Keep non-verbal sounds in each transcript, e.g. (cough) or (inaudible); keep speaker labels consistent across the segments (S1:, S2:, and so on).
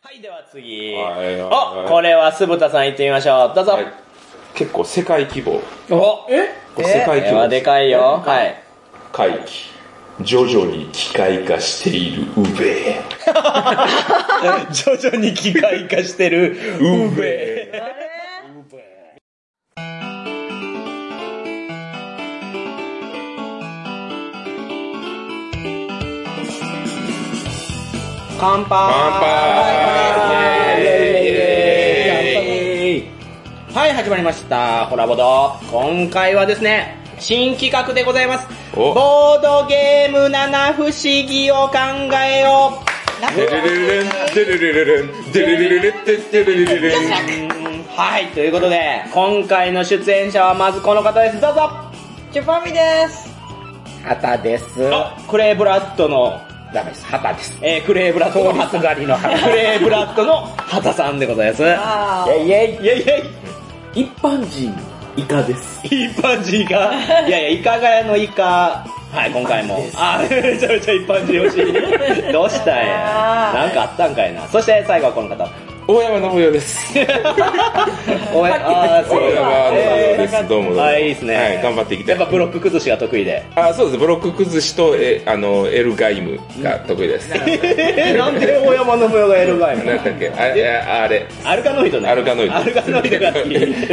S1: はい、では次。
S2: はいはい
S1: お、これは須田さん行ってみましょう。どうぞ。
S2: はい結構世界規模
S1: お、え
S2: これ世界
S1: これ
S2: 規模
S1: はでかいよ。はい。
S2: 回帰徐々に機械化しているウベ
S1: 徐々に機械化してる、ウーベー。乾杯
S2: 乾杯
S1: イ
S2: イ
S1: エーイはい、始まりました。コラボド。今回はですね、新企画でございます。
S2: お
S1: ボードゲーム七不思議を考えよう。
S2: デレレレンデレレレレンデレレレレッテデレレレレン
S1: はい、ということで、今回の出演者はまずこの方です。どうぞ
S3: チュパミです。
S4: あたです。
S1: あ、クレーブラッドの、
S4: ダメです。はたです。
S1: えー、クレーブラッドの
S4: 通りすがりの
S1: 畑
S4: 畑
S1: クレーブラッドの畑さんでございます。
S3: あ
S4: イェイ
S1: い
S4: イェイ
S1: やいや
S4: 一般人、イカです。
S1: 一般人が、いやいや、イカガヤのイカ、はい、今回も。あ、めちゃめちゃ一般人欲しい。どうしたんや
S3: あ。ー
S1: なんかあったんかいな。そして最後はこの方。
S2: 大山信代です
S1: おや、あー、
S2: 大
S1: う
S2: 山信代
S1: え
S2: ですど
S1: ー
S2: うもどうも
S1: あー、いいですね。
S2: はい頑張っていきたい
S1: やっぱブロック崩しが得意で。
S2: あそうですブロック崩しとえあのエルガイムが得意です
S1: えー、なんで大山信代がエルガイムなの
S2: 何だっけあれあれ
S1: アルカノイドね。
S2: アルカノイド
S1: アルカノイドが好き。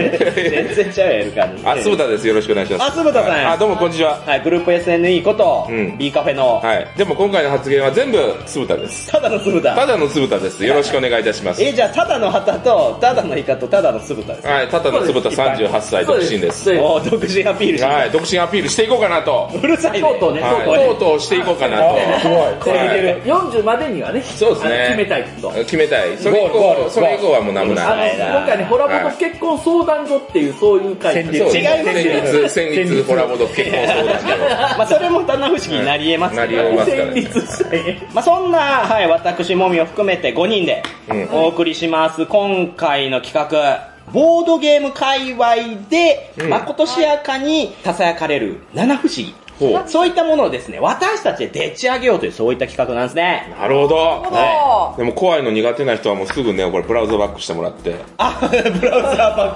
S1: 全然ちゃうやんアルカノイド。
S2: あそうだですよろしくお願いします
S1: あそうださん
S2: あどうもこんにちは
S1: はい、グループ SNE こと、
S2: うん
S1: B カフェの、
S2: はいでも今回の発言は全部酢豚です
S1: ただの酢豚。
S2: ただの酢豚です。よろしくお願いいたします。
S1: え、じゃあ、ただの旗と、ただのイカと、ただの酢豚です。
S2: はい、ただの酢豚38歳独身です。
S4: そう
S1: おー独身アピールして
S2: はい、独身アピールしていこうかなと。
S1: うるさいね。
S4: とうとうね
S2: はい、
S1: と
S2: と
S1: う
S2: う
S1: と
S2: とうしていこうかなと。
S1: 攻めてる。
S4: 40までにはね、
S2: そうですね
S4: あの決めたいこと。
S2: 決めたい。それ
S1: ゴ
S2: 以
S1: ールゴー
S2: 降、
S1: ル
S2: それ以降はもうなんも
S4: あ
S2: ない。
S4: の、今回ね、ホラボと結婚相談所っていう、そういう会
S1: 戦
S2: そうです
S1: 違いますよ
S2: 先日、先日、ホラボド結婚相談所。
S1: まあ、それも七不思議になり得ます
S2: なり
S1: けど。
S2: 得ますから
S4: 戦
S2: ね。
S4: 律したい。
S1: まあ、そんな、はい、私もみを含めて5人で
S2: うん
S1: お送りします。今回の企画、ボードゲーム界隈で、
S2: うん
S1: まことしやかに囁かれる七不思議。
S2: ほう。
S1: そういったものをですね、私たちででっち上げようという、そういった企画なんですね。
S2: なるほ
S3: ー
S2: ど。
S3: な
S2: でも怖いの苦手な人はもうすぐね、これブラウザバックしてもらって。
S1: あ、ブラウザーバッ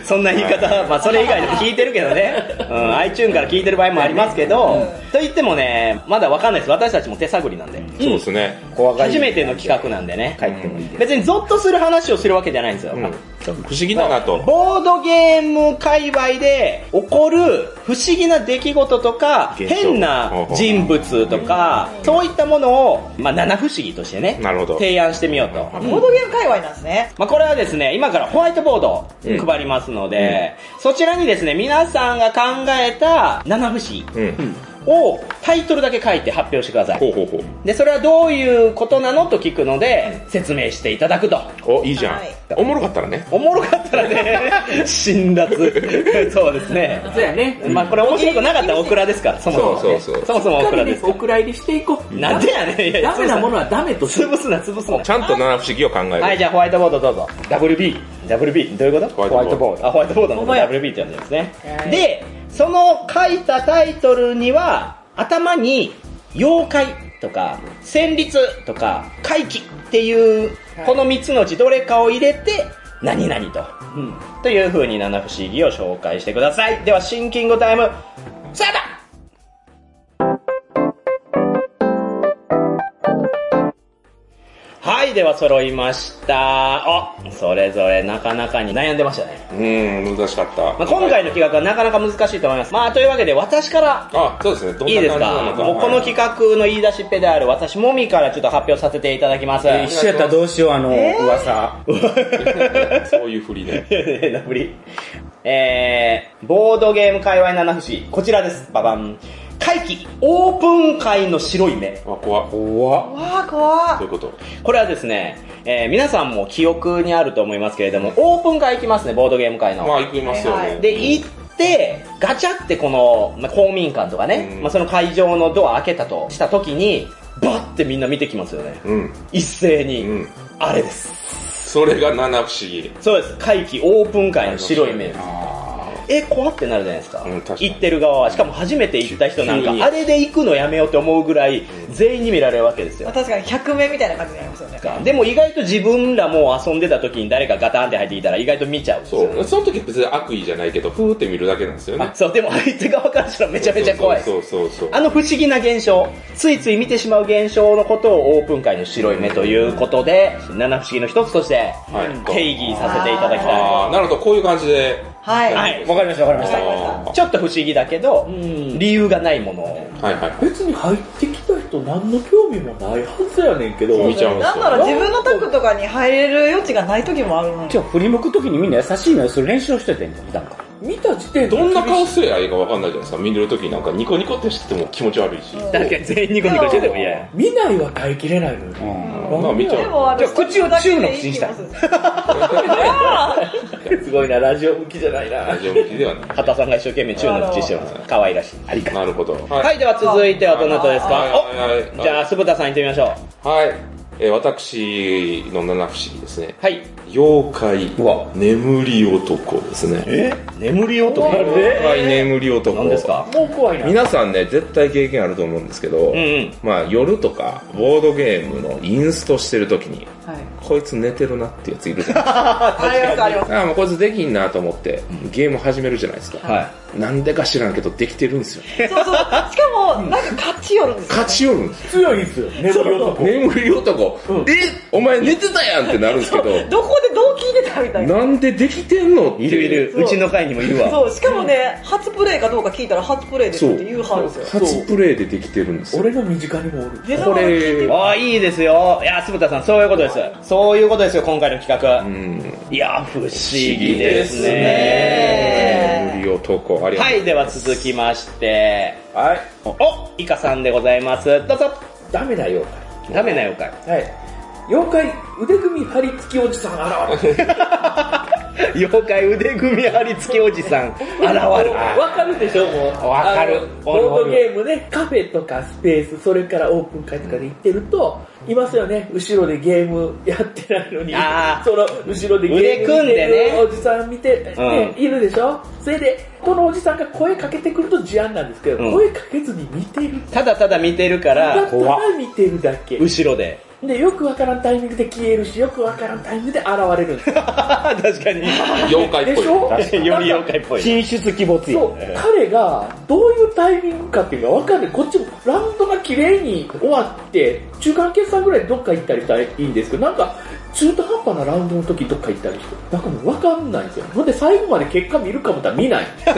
S1: ク。そんな言い方、まあそれ以外でも聞いてるけどね。うん、iTune から聞いてる場合もありますけど、と言ってもね、まだわかんないです。私たちも手探りなんで。
S2: そうですね。
S4: 怖
S1: 初めての企画なんでね。
S4: 帰ってもいいです。
S1: 別にゾッとする話をするわけじゃないんですよ。
S2: うん。不思議だなと。
S1: ボードゲーム界隈で起こる不思議な出来事とか、
S4: 現象
S1: 変な人物とか、そういったものを、まあ、七不思議としてね、
S2: なるほど
S1: 提案してみようと。
S3: るほど。ボードゲーム界隈なんですね。
S1: まあ、これはですね、今からホワイトボードを配りますので、そちらにですね、皆さんが考えた七不思議
S2: うん。
S1: をタイトルだけ書いて発表してくださ
S2: ほ
S1: い。
S2: うほうほう。
S1: で、それはどういうことなのと聞くので、説明していただくと。
S2: お、いいじゃん
S3: はい。
S2: おもろかったらね。
S1: おもろかったら
S2: (laughs)
S1: ね、辛辣。そうですね。
S4: そうやね。
S1: まあこれ面白くなかったらオクラですから、そもそも、ね。
S2: そうそうそう
S1: そもそもオクラです
S4: お
S1: か
S4: 蔵入りしていこう。
S1: ら。なんでやねん。いやいや
S4: ダメなものはダメとする。
S1: 潰すな、潰すな。
S2: ちゃんと七不思議を考える。
S1: はい、じゃあホワイトボードどうぞ。WB。WB。どういうこと
S2: ホワイトボー
S1: ド。あ、ホワイトボードのこと
S3: ほんまや
S1: WB ってやつですね
S3: は。い
S1: で、その書いたタイトルには、頭に、妖怪とか、旋律とか、怪奇っていう、
S3: はい
S1: この3つのうちどれかを入れて、何々と。
S4: うん。
S1: という風に七不思議を紹介してください。では、シンキングタイム、スタートはい、では揃いました。あ、それぞれなかなかに悩んでましたね。
S2: うーん、難しかった。
S1: まあ、今回の企画はなかなか難しいと思います。まあ、というわけで私から、
S2: あ、そうですね。どん
S1: いい
S2: な
S1: ですか
S2: 感じなのか。
S1: もうこの企画の言い出しっぺである私もみからちょっと発表させていただきます。
S4: 一緒やったらどうしよう、あの、噂。
S2: 画。そういうふりで。
S1: なぶり。 (laughs) えー、ボードゲーム界隈七不思議。こちらです。ババン。怪奇、オープン会の白い目。
S2: あ、怖っど
S4: 怖っ。
S3: わあ、怖
S2: ういう
S3: っ
S2: こと
S1: これはですね、えー皆さんも記憶にあると思いますけれども、オープン会行きますね、ボードゲーム会の。
S2: まあ、行きますよ
S3: はい
S2: ね。
S1: で、行って、ガチャってこの、まあ、公民館とかね、
S2: うん
S1: まあ、その会場のドア開けたとした時に、バッてみんな見てきますよね。
S2: うん。
S1: 一斉に、
S2: うん。
S1: あれです。
S2: それが七不思議。
S1: そうです。会期オープン会の白い目です。え、怖ってなるじゃないですか。
S2: うん確かに
S1: 行ってる側は。しかも初めて行った人なん
S2: 急に
S1: か、あれで行くのやめようって思うぐらい、全員に見られるわけですよ
S3: まあ、。確かに100名みたいな感じになりますよね。
S1: でも意外と自分らも遊んでた時に誰かガタンって入ってきたら意外と見ちゃうんです
S2: そ
S1: よ
S2: う。その時は別に悪意じゃないけど、ふーって見るだけなんですよ
S1: あ
S2: ね。
S1: そう、でも相手側からしたらめちゃめちゃ怖いです。
S2: そうそうそうそう。
S1: あの不思議な現象、ついつい見てしまう現象のことをオープン会の白い目ということで、七不思議の一つとして
S2: はい、
S1: 定義させていただきたい。
S2: ああ、なるほど、こういう感じで。
S3: はい
S1: はい、わかりましたわかりまし。
S3: わかりました
S1: ちょっと不思議だけど、
S4: ん
S1: 理由がないものを。
S2: はいはいはい。
S4: 別に入ってきた人何の興味もないはずやねんけど、
S2: 見ちゃうんです
S3: なん
S2: よ。
S3: なら自分のタッグとかに入れる余地がない時もあるのに。
S5: 今日振り向くときにみんな優しいのよ、それ練習をしててんじゃん、普段から。
S4: 見た時点で
S2: どんな顔すりゃいいかわかんないじゃないですか。見てる時なんかニコニコってしてても気持ち悪いし。
S1: 確かに全員ニコニコしてても嫌や。
S4: 見ないは耐えきれないのよ。
S2: まあ見ちゃ
S3: でも
S2: う。
S3: あの
S5: じゃあ口を中の口にしたい
S3: そう
S4: すごいな、ラジオ向きじゃないな
S2: ラ。ジオ向きではない。
S1: 畑さんが一生懸命チューの口してます。可愛らしい。ありがと
S2: なるほど。は
S1: うはい、では続いてはどなたです
S2: はい
S1: か
S2: はいはいはい
S1: おじゃあ、鈴田さん行ってみましょう。
S2: はい。えー私の七不思議ですね。
S1: はい。
S2: 妖怪
S1: うわ、
S2: 眠り男ですね。
S1: え眠り男
S2: 妖怪眠り男。
S1: 何ですか
S4: もう怖いな。
S2: 皆さんね、絶対経験あると思うんですけど、
S1: うんうん
S2: まあ夜とか、ボードゲームのインストしてる時に、
S3: はい。
S2: こいつ寝てるなってやついるじゃないですか。
S3: ありますあ
S1: (laughs)
S3: ります。
S2: ああ、もうこいつできんなと思って、ゲーム始めるじゃないですか。
S1: はい。
S2: なんでか知らんけど、できてるん (laughs) ですよ。
S3: そうそう。しかも、なんか勝ち寄るんですよ。
S2: 勝ち寄るんですよ。
S4: 強いんですよ、眠り男。
S2: 眠り男、えお前寝てたやんってなるんですけど、
S3: どこでどう聞いてたみたいな。
S2: なんでできてんのって。
S1: いるいる。
S3: そう
S1: うちの会にもいるわ。
S3: そう、しかもね、初プレイかどうか聞いたら初プレイです
S2: そう
S3: って言うはるんですよ。
S2: 初プレイでできてるんですよ。
S4: 俺の身近にもおる。
S3: で
S2: これ、
S1: ああ、いいですよ。いや、鈴田さん、そういうことです。そういうことですよ、今回の企画。
S2: うん、
S1: いや、不思議ですね。
S2: 眠り男、ありがとうございます。
S1: はい、では続きまして、
S4: はい。
S1: お、イカさんでございます。どうぞ。
S4: ダメだよ、
S1: ダメな妖
S4: はい。妖怪、腕組み張り付きおじさん現れる。
S1: 怪。妖怪腕組み張り付きおじさん、 (laughs) 現る。
S4: わかるでしょ、もう。
S1: わかる
S4: あのボードゲームね、カフェとかスペース、それからオープン会とかで行ってると、いますよね、後ろでゲームやってないのに
S1: あー、
S4: その後ろでゲーム
S1: 腕組んでね
S4: やってるおじさん見て、ね
S1: うん
S4: いるでしょそれで、このおじさんが声かけてくると事案なんですけど、
S1: うん
S4: 声かけずに見てる。
S1: ただただ見てるか
S4: だ
S1: ら、
S4: ったら見てるだけ。
S1: 後ろで。
S4: で、よくわからんタイミングで消えるし、よくわからんタイミングで現れるんですよ。
S1: 確かに。
S2: 妖怪っ
S4: で
S2: ぽい
S4: し。ょ
S1: より妖怪っぽい。
S5: 進出鬼没
S4: そう、彼がどういうタイミングかっていうのが分かる。こっちもラウンドが綺麗に終わって、中間決算ぐらいでどっか行ったりしたらいいんですけど、なんか、中途半端なラウンドの時どっか行ったりして、なんかもう分かんないんですよ。ほんで最後まで結果見るかもったら見ない。
S1: (laughs)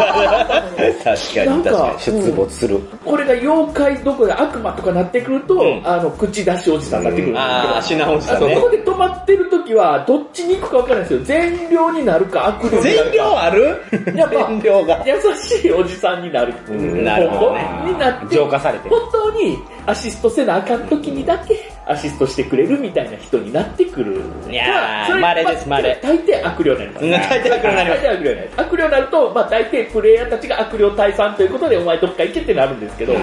S1: 確かに、確か
S4: なんか
S1: に。、
S5: 出没する。
S4: これが妖怪どころか悪魔とかなってくると、
S1: うん
S4: あの、口出しおじさんになってくるんですけど。
S1: ああ、品おじさん
S4: そ
S1: ね
S4: こ。で止まってる時は、どっちに行くか分からないですよ。善良になるか悪良になる
S1: (laughs)
S4: か。
S1: 全量ある
S4: やっぱ
S1: 全量が。
S4: 優しいおじさんになるっていう
S1: うんなるほどね
S4: になって
S5: 浄化されてる
S4: 本当にアシストせなあかん時にだけアシストしてくれるみたいな人になってくる
S1: いやー
S4: それ
S1: 稀です
S4: まあ
S1: 稀
S4: 大抵悪霊になります
S1: うん大抵悪霊になります
S4: 大抵悪霊になります悪霊になると、まあ、大抵プレイヤーたちが悪霊退散ということでお前どっか行けってなるんですけど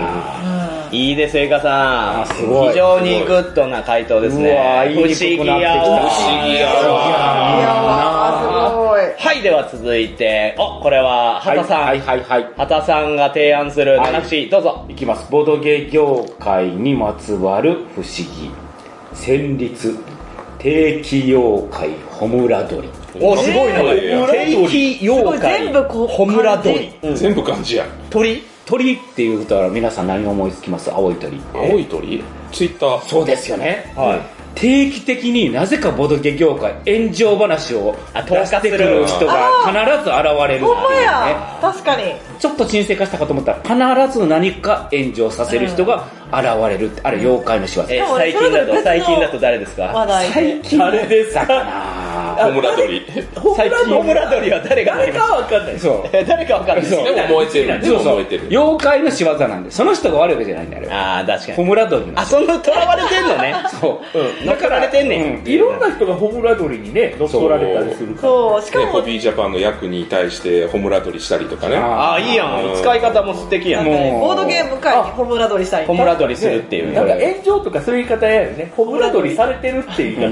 S1: いいです、エカさん。
S5: すごい
S1: 非常にグッドな回答ですね。
S5: うわいい
S1: 不思議や
S5: とこな
S1: わ
S5: ってきた
S2: 不思議や
S3: い
S2: わ
S3: やー、すごい。
S1: はい、では続いて、お、これは、
S5: はい、
S1: 畑さん。
S5: はい、はい、はい。
S1: 畑さんが提案する
S5: はい
S1: 七不思議、どうぞ。
S5: いきます。ボードゲー業界にまつわる不思議。旋律、定期妖怪、ホムラ鳥。
S1: お、すごいな、こ
S2: えー
S1: れ。定期妖怪。
S3: すごい全部こう
S1: ホムラ鳥。
S2: 全部漢字や。
S1: 鳥
S5: 鳥っていうと皆さん何思いつきます青い鳥。
S2: 青い鳥ツイッター。
S5: そうですよね。
S1: はい。
S5: 定期的になぜかボドゲ業界炎上話を
S1: あ
S5: 出してくる人が必ず現れるっていうね
S3: ほんまや。確かに。
S5: ちょっと沈静化したかと思ったら必ず何か炎上させる人が現れるってあれ妖怪の仕業
S1: え
S3: で
S1: ー
S3: も
S1: 最近だ
S3: それぞれ別
S1: と、
S3: の
S1: 最近だと誰です
S3: 話
S1: か
S3: 題で。
S5: 近
S4: あれです
S5: だから
S2: ホムラ (laughs) 鳥。で
S4: ホ
S1: 最近、ホムラ鳥は誰が
S4: 誰
S1: 誰
S4: か
S1: か
S4: は分かんないです
S5: そう
S1: (laughs) 誰かわかるんです
S5: そ
S1: よ
S5: う。
S2: も燃えてる。で
S5: そう
S2: も
S5: そ
S2: 燃え
S5: う
S2: てる。
S5: 妖怪の仕業なんでその人が悪いわけじゃないんだよあれ
S1: (laughs) ああ、確か
S5: ホ
S1: に。
S5: ムラ鳥の
S1: あ、その、囚われてんのね。
S5: そう、うん、
S1: 乗っ取られてんねん。
S4: いろんな人がホムラ鳥にね乗っ取られたりするから
S3: そう、しか
S2: で、ホ
S3: も、
S2: ビージャパンの役に対してホムラ鳥したりとかね。
S5: あ
S1: ああ、いいやん。使い方も素敵やん。
S5: もう
S3: ボードゲーム会にホムラ取りしたいね。
S1: ホムラ鳥するっていう。
S4: なんか炎上とかそういう言い方やよね。ホムラ取りされてるっていう言い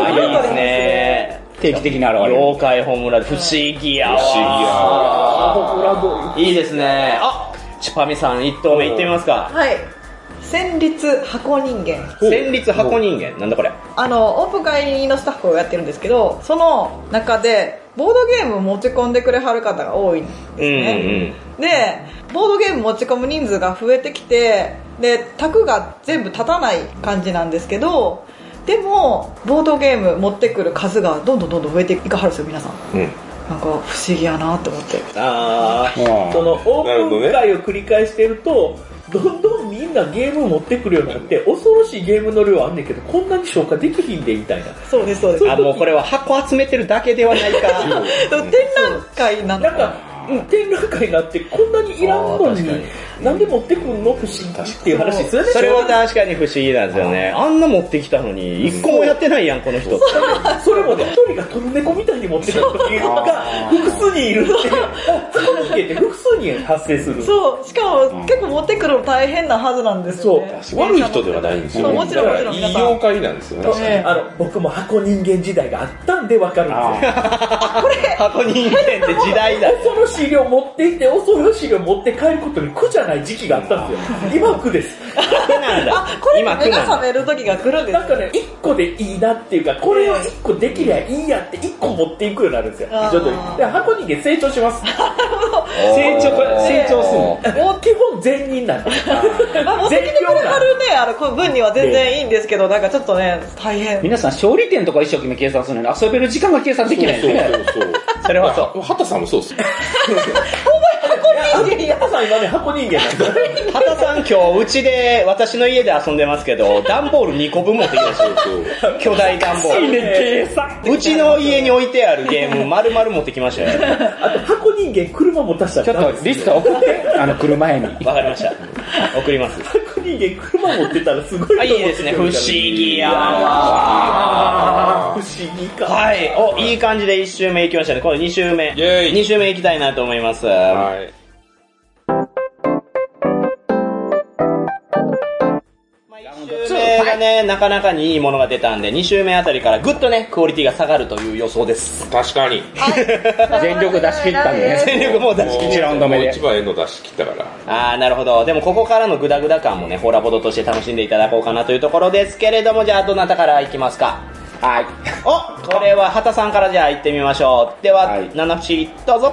S4: 方。
S1: あ、いいですね。
S5: 定期的に現れる
S1: 妖怪ホームラン、不思議や
S2: 不思議や
S1: わ。
S4: あーホムラド
S1: いいですね。あチュパミさん1投目いってみますか。
S3: はい。戦律箱人間。
S1: 戦慄箱人間。なんだこれ。
S3: あの、オープン会のスタッフをやってるんですけど、その中で、ボードゲームを持ち込んでくれはる方が多いんですね。で、ボードゲーム持ち込む人数が増えてきて、で、卓が全部立たない感じなんですけど、でも、ボードゲーム持ってくる数がどんどんどんどん増えていかはるんですよ、皆さん。
S2: うん。
S3: なんか不思議やなって思って。
S4: あ
S5: う
S4: ー
S5: ん
S4: そのオ
S2: なる
S4: ー
S2: ほど
S4: プ
S2: ね
S4: ン会を繰り返してるとどんどんみんなゲームを持ってくるようになって恐ろしいゲームの量あんねんけどこんなに消化できひんでみたいな
S3: そうです、そうです。
S1: あ、もうこれは箱集めてるだけではないか。
S3: 展覧会なん
S4: な
S3: だ
S4: んか、うん展覧会になってこんなにいらん
S2: あー
S4: の
S2: 確
S4: に
S2: かに
S4: なんで持ってくんの不思議っていう話するでしょ
S1: それは確かに不思議なんですよね。あんな持ってきたのに、一個もやってないやん、この人。
S4: それもね、一人がトルネコみたいに持ってくるっていうのが
S5: あー
S4: 複数人いるって、そういう事件って複数人発生する。
S3: そう、しかも結構持ってくるの大変なはずなんですよ、ね。
S2: そう悪い人ではないんですよ
S3: そうもちろんもちろん
S2: いい
S3: 皆さん
S2: 妖怪なんですよね。
S3: ね
S4: あの、僕も箱人間時代があったんでわかるんですよ。
S5: あ
S1: 箱人間って時代だ。
S4: 恐ろしい量持って行って、恐ろしい量持って帰ることに苦じゃない時期があったんですよ。今
S3: (laughs)
S4: 苦です。
S1: 苦なんだ。
S3: あ、これ
S1: 今
S3: 目
S1: 苦
S3: が
S1: なん
S3: 覚
S1: だ。
S3: める時が来るんです
S4: なんかね、一個でいいなっていうか、これを一個できりゃいいやって一個持っていくようになるんですよ。
S3: あー
S4: 徐々に。で、箱人間成長
S3: (laughs)
S4: します。
S1: 成長、これ成長するの。
S4: もう基本善人なんで。
S3: (laughs) まあ、持ってきてくれはるね、あの、この分には全然いいんですけど、なんかちょっとね、大変。
S5: 皆さん、勝利点とか一生懸命計算するのに、遊べる時間が計算できないんですね。
S2: そうそうそう。
S1: それはそう。
S2: う。畑さんもそうです。
S3: 箱人間や
S4: 皆さん今ね、箱人間なんですよ。
S1: 畑さん今日、うちで、私の家で遊んでますけど、段ボール2個分持ってきたし、
S3: (laughs)
S1: 巨大段ボール。
S4: 計算
S1: うちの家に置いてあるゲーム、丸々持ってきましたよ。
S4: あと箱人間車も出した
S5: ちょ
S4: らダ
S5: っ
S4: メ
S5: と
S4: で
S5: リ
S4: す
S5: ス
S4: よ
S5: ト送って、あの、来る前に。
S1: わかりました。送ります。
S4: 箱人間車持ってたらすごいと思
S1: あ、
S4: う
S1: いいですね。不思議やわ。
S4: あー不思議か
S1: はい。お、いい感じで1周目行きましたね。これ2周目。
S2: イェイ
S1: 2周目行きたいなと思います。
S2: はい。
S1: まあ、1周目がね、なかなかにいいものが出たんで、2周目あたりからぐっとね、クオリティが下がるという予想です。
S2: 確かに。
S5: 全力出し切ったんでね。
S1: 全力もう出し切っちゃう
S5: 一ラウンド目で
S2: もう一番絵の出し切ったから。
S1: あー、なるほど。でもここからのグダグダ感もね、ホラボドとして楽しんでいただこうかなというところですけれども、じゃあどなたから行きますか
S5: はい。
S1: おこれは畑さんからじゃあ行ってみましょう。では、
S5: はい
S1: 七不思議、どうぞ。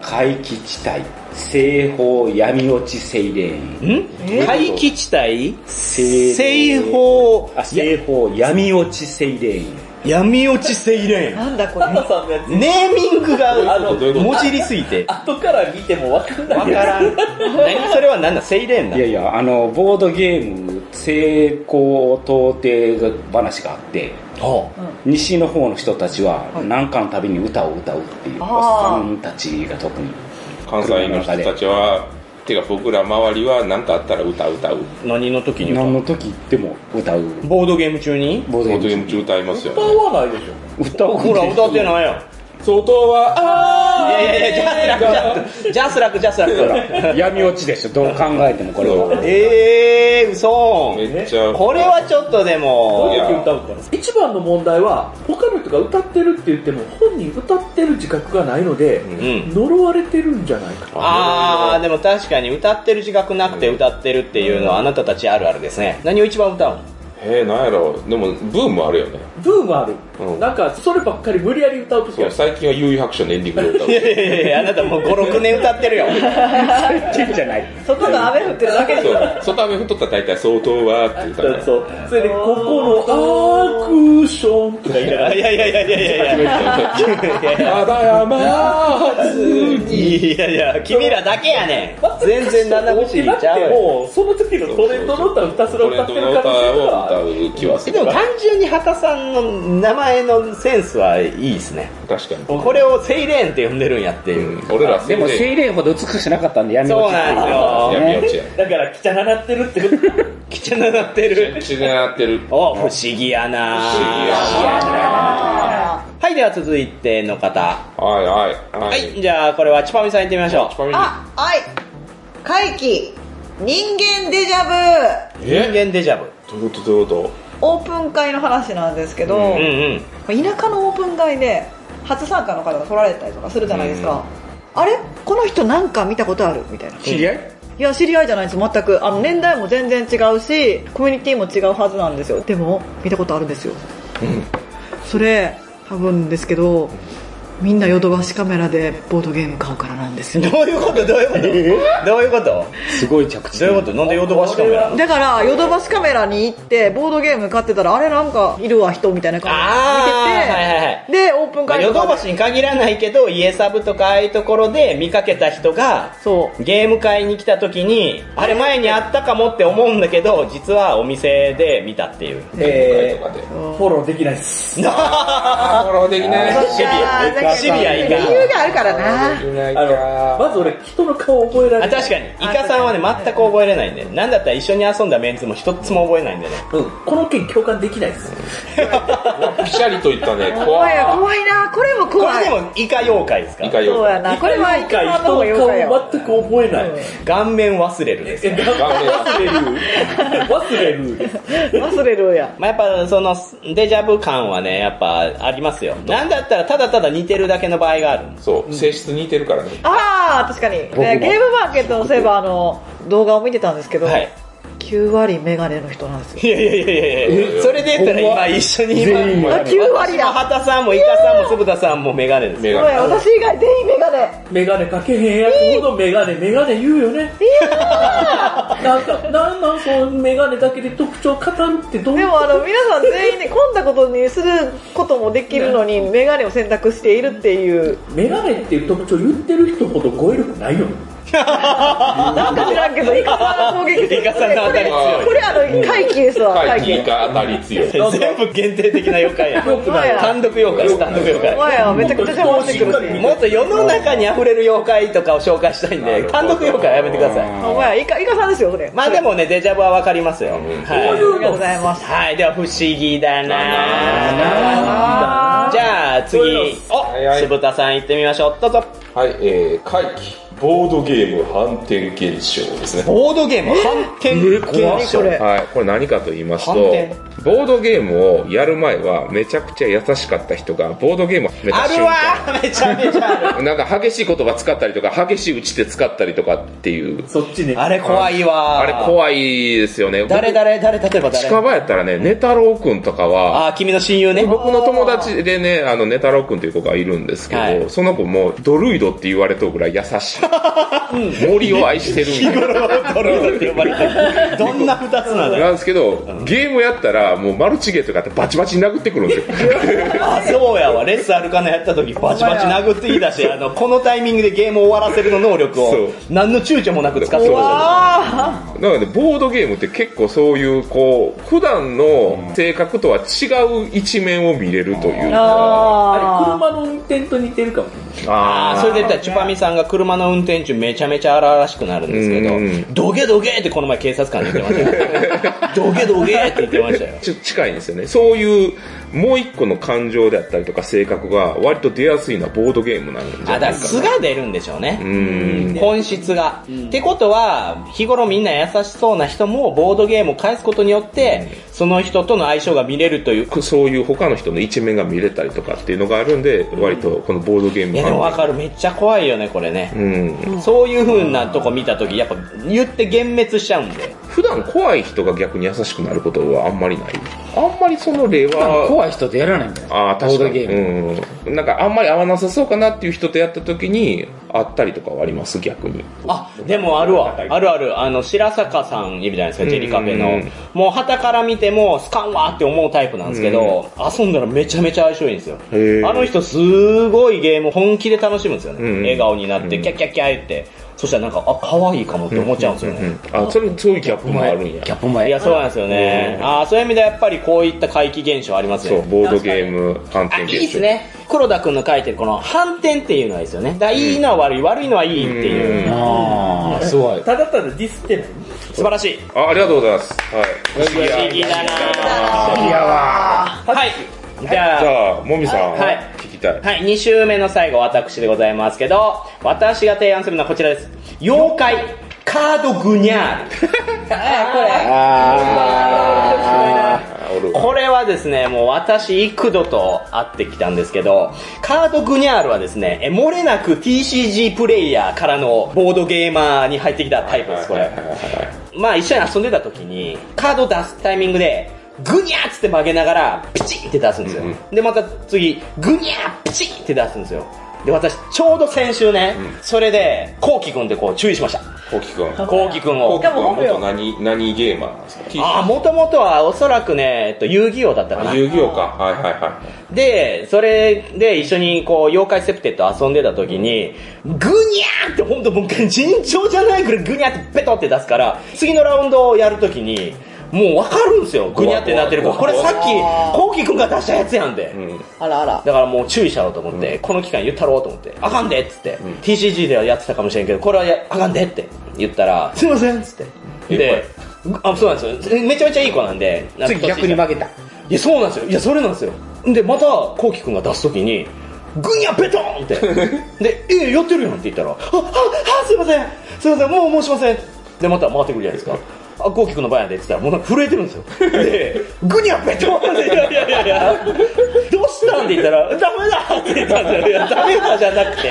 S5: 怪奇地帯、西方闇落ち精霊。
S1: ん怪奇地帯
S5: 西
S1: 西方
S5: あ、西方闇落ち精霊。
S1: 闇落ちセイレ
S3: (laughs) なんだこれ。
S4: タカさんのやつ
S1: ン。ネーミングが、
S4: あの
S2: どういうこと
S1: もじりすぎて。
S4: 後から見ても分かん
S1: わ
S4: な
S1: か
S4: いや
S1: (laughs) らん。何それは何だセイレンない
S5: やいや、あの、ボードゲーム、成功到底話があって、西の方の人たちは
S3: はい
S5: 何かのたびに歌を歌うっていう、
S3: あ
S5: お
S3: ー
S5: っさんたちが特に。
S2: 関西の人たちは、てか僕ら周りは何かあったら歌う歌う。
S1: 何の時に
S5: 何の時でも歌う。
S1: ボードゲーム中に
S5: ボー
S2: ボードゲー
S5: 中
S2: ム中歌いますよ
S4: 歌。わないでしょ
S5: 歌を
S1: ほら、歌ってないよ。
S2: 外は、あ
S1: いやいやいや、ジャスラック、ジャスラック、ジャスラック。
S5: 闇落ちでしょ、どう考えてもこれは。
S1: えー、嘘
S2: ーめっちゃ、
S1: これはちょっとで
S4: どう
S1: も、
S4: いう時歌うから一番の問題は他の人が歌ってるって言っても本人歌ってる自覚がないので
S1: うん。
S4: 呪われてるんじゃないか
S1: あー、でも確かに歌ってる自覚なくて歌ってるっていうのはあなたたちあるあるですね。何を一番歌うの
S2: えー、なんやろう。でも、ブームあるよね。
S4: ブームある
S2: うん
S4: なんかそればっかり無理やり歌う時
S2: そ
S4: は
S2: う最近は優位白書のエンディングで歌う
S1: い。やいやいや、あなたもう5、6年歌ってるよ。
S5: ちんじゃない。
S3: そこの雨降ってるだけで
S2: そ
S3: すから。
S2: う、外雨降っとったら大体相当はって歌うから。
S4: そうそれで「ここのアクション」とか言い
S1: い
S4: なが
S1: や
S4: ら
S1: いやいやいやいやいや。
S2: ただ山津に。
S1: いやいや、君らだけやねん。全然七不思議ちゃうよ。
S4: もう、その時のトレンドの歌をひたすら
S2: トレ
S4: 歌
S2: ン
S4: って
S2: ド
S4: る
S2: の
S4: 感じ
S2: 歌を
S4: が
S2: 歌う気はす
S1: で
S2: る
S1: も。単純に畑さんの名前のセンスはいいですね。
S2: 確かに。
S1: これをセイレーンって呼んでるんやっていう。
S2: うん俺ら
S5: でも、
S2: せい
S5: 精霊ほど美しくなかったんで闇落ちってい
S1: そう
S2: 闇落ち
S5: ね
S2: や。
S4: だから、きちゃななってるってこと。
S1: きちゃななってる。
S2: 口でなってる。
S1: お、不思議やなはい、では続いての方。
S2: はいはい。は。
S1: はいい、じゃあこれはチュパミさん行ってみましょ
S2: ちなみに
S3: あ、はい。怪奇、人間デジャ
S1: う。人間デジャブ。
S2: どういうことどういうこ
S3: オープン会の話なんですけど、
S6: うん
S1: うんうん
S3: 田舎のオープン会で初参加の方が来られたりとかするじゃないですか、あれこの人なんか見たことあるみたいな
S6: 知り合い
S3: いや知り合いじゃないです全くあの年代も全然違うしコミュニティも違うはずなんですよでも見たことあるんですよ、それ多分ですけどみんなヨドバシカメラでボードゲーム買うからなんですよ
S1: (laughs) どういうことどういうことどういうこと
S6: すごい着地
S1: どういうことなんでヨドバシカメラ
S3: だからヨドバシカメラに行ってボードゲーム買ってたらあれなんかいるわ人みたいな感じで見てて、
S1: あーはいはいはい
S3: でオープン
S1: まあ
S3: 会
S1: ヨ
S3: と
S1: ド
S3: か
S1: バ
S3: で
S1: シに限らないけど家サブとかああいうところで見かけた人が
S3: そう
S1: ゲーム会に来た時にあれ前にあったかもって思うんだけど実はお店で見たっていう
S4: え
S7: とかで
S4: ー、フォローできないです。
S7: あフォローできない
S3: シビ
S1: アシビアいかん
S3: 理由があるからな
S7: できな
S4: あ
S7: い
S4: の、まず俺、人の顔覚えられな
S1: あ
S4: い。
S1: 確かにイカさんはね全く覚えれないんでなんだったら一緒に遊んだメンツも一つも覚えないんでね
S4: うん、この件共感できないです。
S7: ピシャリといったね怖
S3: 怖い
S7: い
S3: よ怖いなこれも
S1: こ
S3: 怖
S1: れ
S3: い
S1: でもイカ妖怪ですか
S7: イカ
S3: そうや
S7: よ
S3: なこれは一
S4: 人
S3: 回
S4: の顔全く覚えない。
S1: 顔面忘れるです
S4: え、なんか忘れる。忘れるです。
S3: 忘れるや
S1: まあ、やっぱそのデジャブ感はねやっぱありますよなんだったらただただ似てるだけの場合がある
S7: そう性質似てるからね
S3: ああ確かに、ね、ゲ
S6: 僕も
S3: ームマーケットのそういえばあの動画を見てたんですけど、
S1: はい (laughs)
S3: 9割メガネの人なんです
S1: い
S3: よ
S1: やいやいやいやいやそれで言ったら今一緒に今
S6: 全員
S3: あ9
S1: 私
S3: 割
S1: も
S3: だ
S1: 畑さんもイカさんもつぶたさんもメガネです
S7: メ
S3: す
S7: ガ
S3: ごい
S7: ネ
S3: 私以外全員メガネ
S4: メガネかけへんやつほどメガネ、メガネ言うよね。なんか、なんなんそのメガネだけで特徴語るってどう
S3: でもあの皆さん全員ね混んだことにすることもできるのにメガネを選択しているっていう
S4: メガネっていう特徴言ってる人ほど語彙力ないよね。
S3: なんか知らんけどイカさんの攻撃
S1: イカさんの当たり強い
S3: これあの回帰ですわ
S7: 回
S3: 回帰
S7: 帰が当たり強い
S1: 全部限定的な妖怪や
S4: よくない。
S1: 単独妖怪です単独妖
S3: お
S1: 怪
S3: 前はめちゃくちゃ邪魔してくるっていう
S1: もっと世の中に溢れる妖怪とかを紹介したいんで単独妖怪はやめてください
S3: お前はイカイカさんですよそれ
S1: まあでもねデジャブはわかりますよは
S3: ありがとうございます
S1: い、はい、では不思議だ
S7: だ
S1: な
S3: あ
S1: じゃあ次
S4: そういうの
S1: お
S7: はいはい
S1: つぶたさん行ってみましょうどうぞ
S7: はいえー回帰ボードゲーム反転現象ですね
S1: ボードゲーム反転
S3: 怖いそれ
S2: はい、これ何かと言いますと
S1: 反転、
S2: ボードゲームをやる前はめちゃくちゃ優しかった人が、ボードゲームを始めた
S1: ある
S2: 瞬
S1: わ
S2: 間、
S1: ーめちゃめちゃある
S2: なんか激しい言葉使ったりとか、激しい打ち手使ったりとかっていう、
S4: そっちね。
S1: あれ怖いわ
S2: あれ
S1: い
S2: 怖いですよね。
S1: 誰誰誰例えば
S2: 僕近
S1: 誰
S2: 場やったらね、ネタロウくんとかは、
S1: あー君の親 (laughs) 友ね
S2: 僕の友達でね、あの、ネタロウくんという子がいるんですけど、
S1: はい
S2: その子もドルイドって言われとうぐらい優しい。森を
S1: (laughs)
S2: 愛してるんや
S1: ドルイドって呼ばれてるどんな二つなのよ
S2: なんですけど、ゲームやったら、もうマルチゲーとかってバチバチに殴ってくるんですよ。
S1: あそうやわレッスンアルカナやった時バチバチ殴っていたしあのこのタイミングでゲームを終わらせるの能力
S2: そ
S1: を
S2: う
S1: 何の躊躇もなく使って
S2: そう
S1: ました
S3: あ
S2: なので、ボードゲームって結構そういう、こう、普段の性格とは違う一面を見れるというか。
S4: あれ
S3: あ
S4: 車の運転と似てるかもしれない。
S1: あーそれで言ったらチュパミさんが車の運転中めちゃめちゃ荒々しくなるんですけど、
S2: うん
S1: どげどげってこの前警察官に言ってまし
S2: (laughs)
S1: たよどげどげって言ってましたよ
S2: ちょ近いんですよね。そういう、もう一個の感情であったりとか性格が割と出やすいのはボードゲームなんじゃない
S1: あ
S2: か
S1: だ
S2: な。
S1: から素が出るんでしょうね、
S2: うん。
S1: 本質が、ってことは日頃みんな優しそうな人もボードゲームを返すことによって、その人との相性が見れるという
S2: そういう他の人の一面が見れたりとかっていうのがあるんで、割とこのボードゲーム
S1: いやでもわかるめっちゃ怖いよねこれね、
S2: うん。
S1: そういう風なとこ見た時やっぱ言って幻滅しちゃうんで
S2: 普段怖い人が逆に優しくなることはあんまりない。あんまりその例は。
S8: 怖い人とやらないんだよ。
S2: ああ、確
S8: ボ
S2: か
S8: ードゲ
S2: に。うん。なんかあんまり合わなさそうかなっていう人とやった時に、会ったりとかはあります、逆に。
S1: あでもあるわあるあるあの白坂さんいるじゃないですかジェリカフェ
S2: うんうん
S1: の
S2: うん
S1: もう旗から見てもスカンわーって思うタイプなんですけど遊んだらめちゃめちゃ相性いいんですよ
S2: へー
S1: あの人すごいゲーム本気で楽しむんですよ
S2: うんう
S1: ね
S2: ん
S1: 笑顔になってキャッキャッキャー言ってそしたらなんかあ可愛いかもって思っちゃうんですよね
S2: うん。あ、それ、そういうギャップもあるんや
S8: キ。ャップお
S1: い
S8: 前
S1: や、。そうなんですよね。ああ、そういう意味ではやっぱりこういった怪奇現象ありますよ
S2: そう、
S1: ね。
S2: ボードゲーム反
S1: あ、
S2: 転
S1: い
S2: 現象。
S1: いですね。黒田くんの書いてるこの反転っていうのはいいですよね。だからいいのは悪い、悪いのはいいっていう。
S2: うん。
S8: ああ、すごい。
S4: ただただディスってない。
S1: 素晴らしい。
S2: あ、ありがとうございます。はい。
S1: 不思議だな
S3: あいやわ
S1: はい。じ
S2: じ
S1: ゃあ、
S2: ゃあ、もみさん、
S1: はい
S2: 聞きたい。
S1: はい、2週目の最後、私でございますけど、私が提案するのはこちらです。妖怪、カードグニャール。
S3: これ
S6: あ
S2: あーおる
S9: る。
S1: これはですね、もう私幾度と会ってきたんですけど、カードグニャールはですね、え漏れなく TCG プレイヤーからのボードゲーマーに入ってきたタイプです、これ。まあ一緒に遊んでた時に、カード出すタイミングで、グニャーっつって曲げながら、ピチンって出すんですよ。で、また次、グニャーピチンって出すんですよ。で、私、ちょうど先週ね、それで、コウキ君でこう注意しました。
S9: コウキ君。
S1: コウキ君
S9: コウ
S1: を
S9: キ。君
S3: も
S9: は
S3: 本名
S9: 元何、何ゲーマーなんですか ?T
S1: ああ、もともとはおそらくね、えっと、遊戯王だったかな。
S9: 遊戯王か。はいはいはい。
S1: で、それで一緒にこう、妖怪セプテット遊んでた時に、グニャーってほんともう尋常じゃないくらいグニャーってペトって出すから、次のラウンドをやる時に、もう分かるんですよ、グニャーってなってるから。これさっき、コウキ君が出したやつやんで。
S9: うん。
S3: あらあら。
S1: だからもう注意したろうと思って、この期間言ったろうと思って、あかんでっつって、TCG ではやってたかもしれんけど、これはやあかんでって言ったら、すいませんっつって。で、あ、そうなんですよ。めちゃめちゃいい子なんで、なんか
S8: 次逆に負けた。
S1: いや、そうなんですよ。いや、それなんですよ。で、また、こうきくんが出すときに、ぐにゃペトンって。で、え、やってるやんって言ったら、あ、あ、あ、すいません。すいません、もうもうしません。で、また回ってくるじゃないですか。あ、こうきくんの番やでって言ったら、もうなんか震えてるんですよ。で、ぐにゃペトンって、いやいやいやいや、どうしたんって言ったら、ダメだって言ったんですよ。いや、ダメだじゃなくて。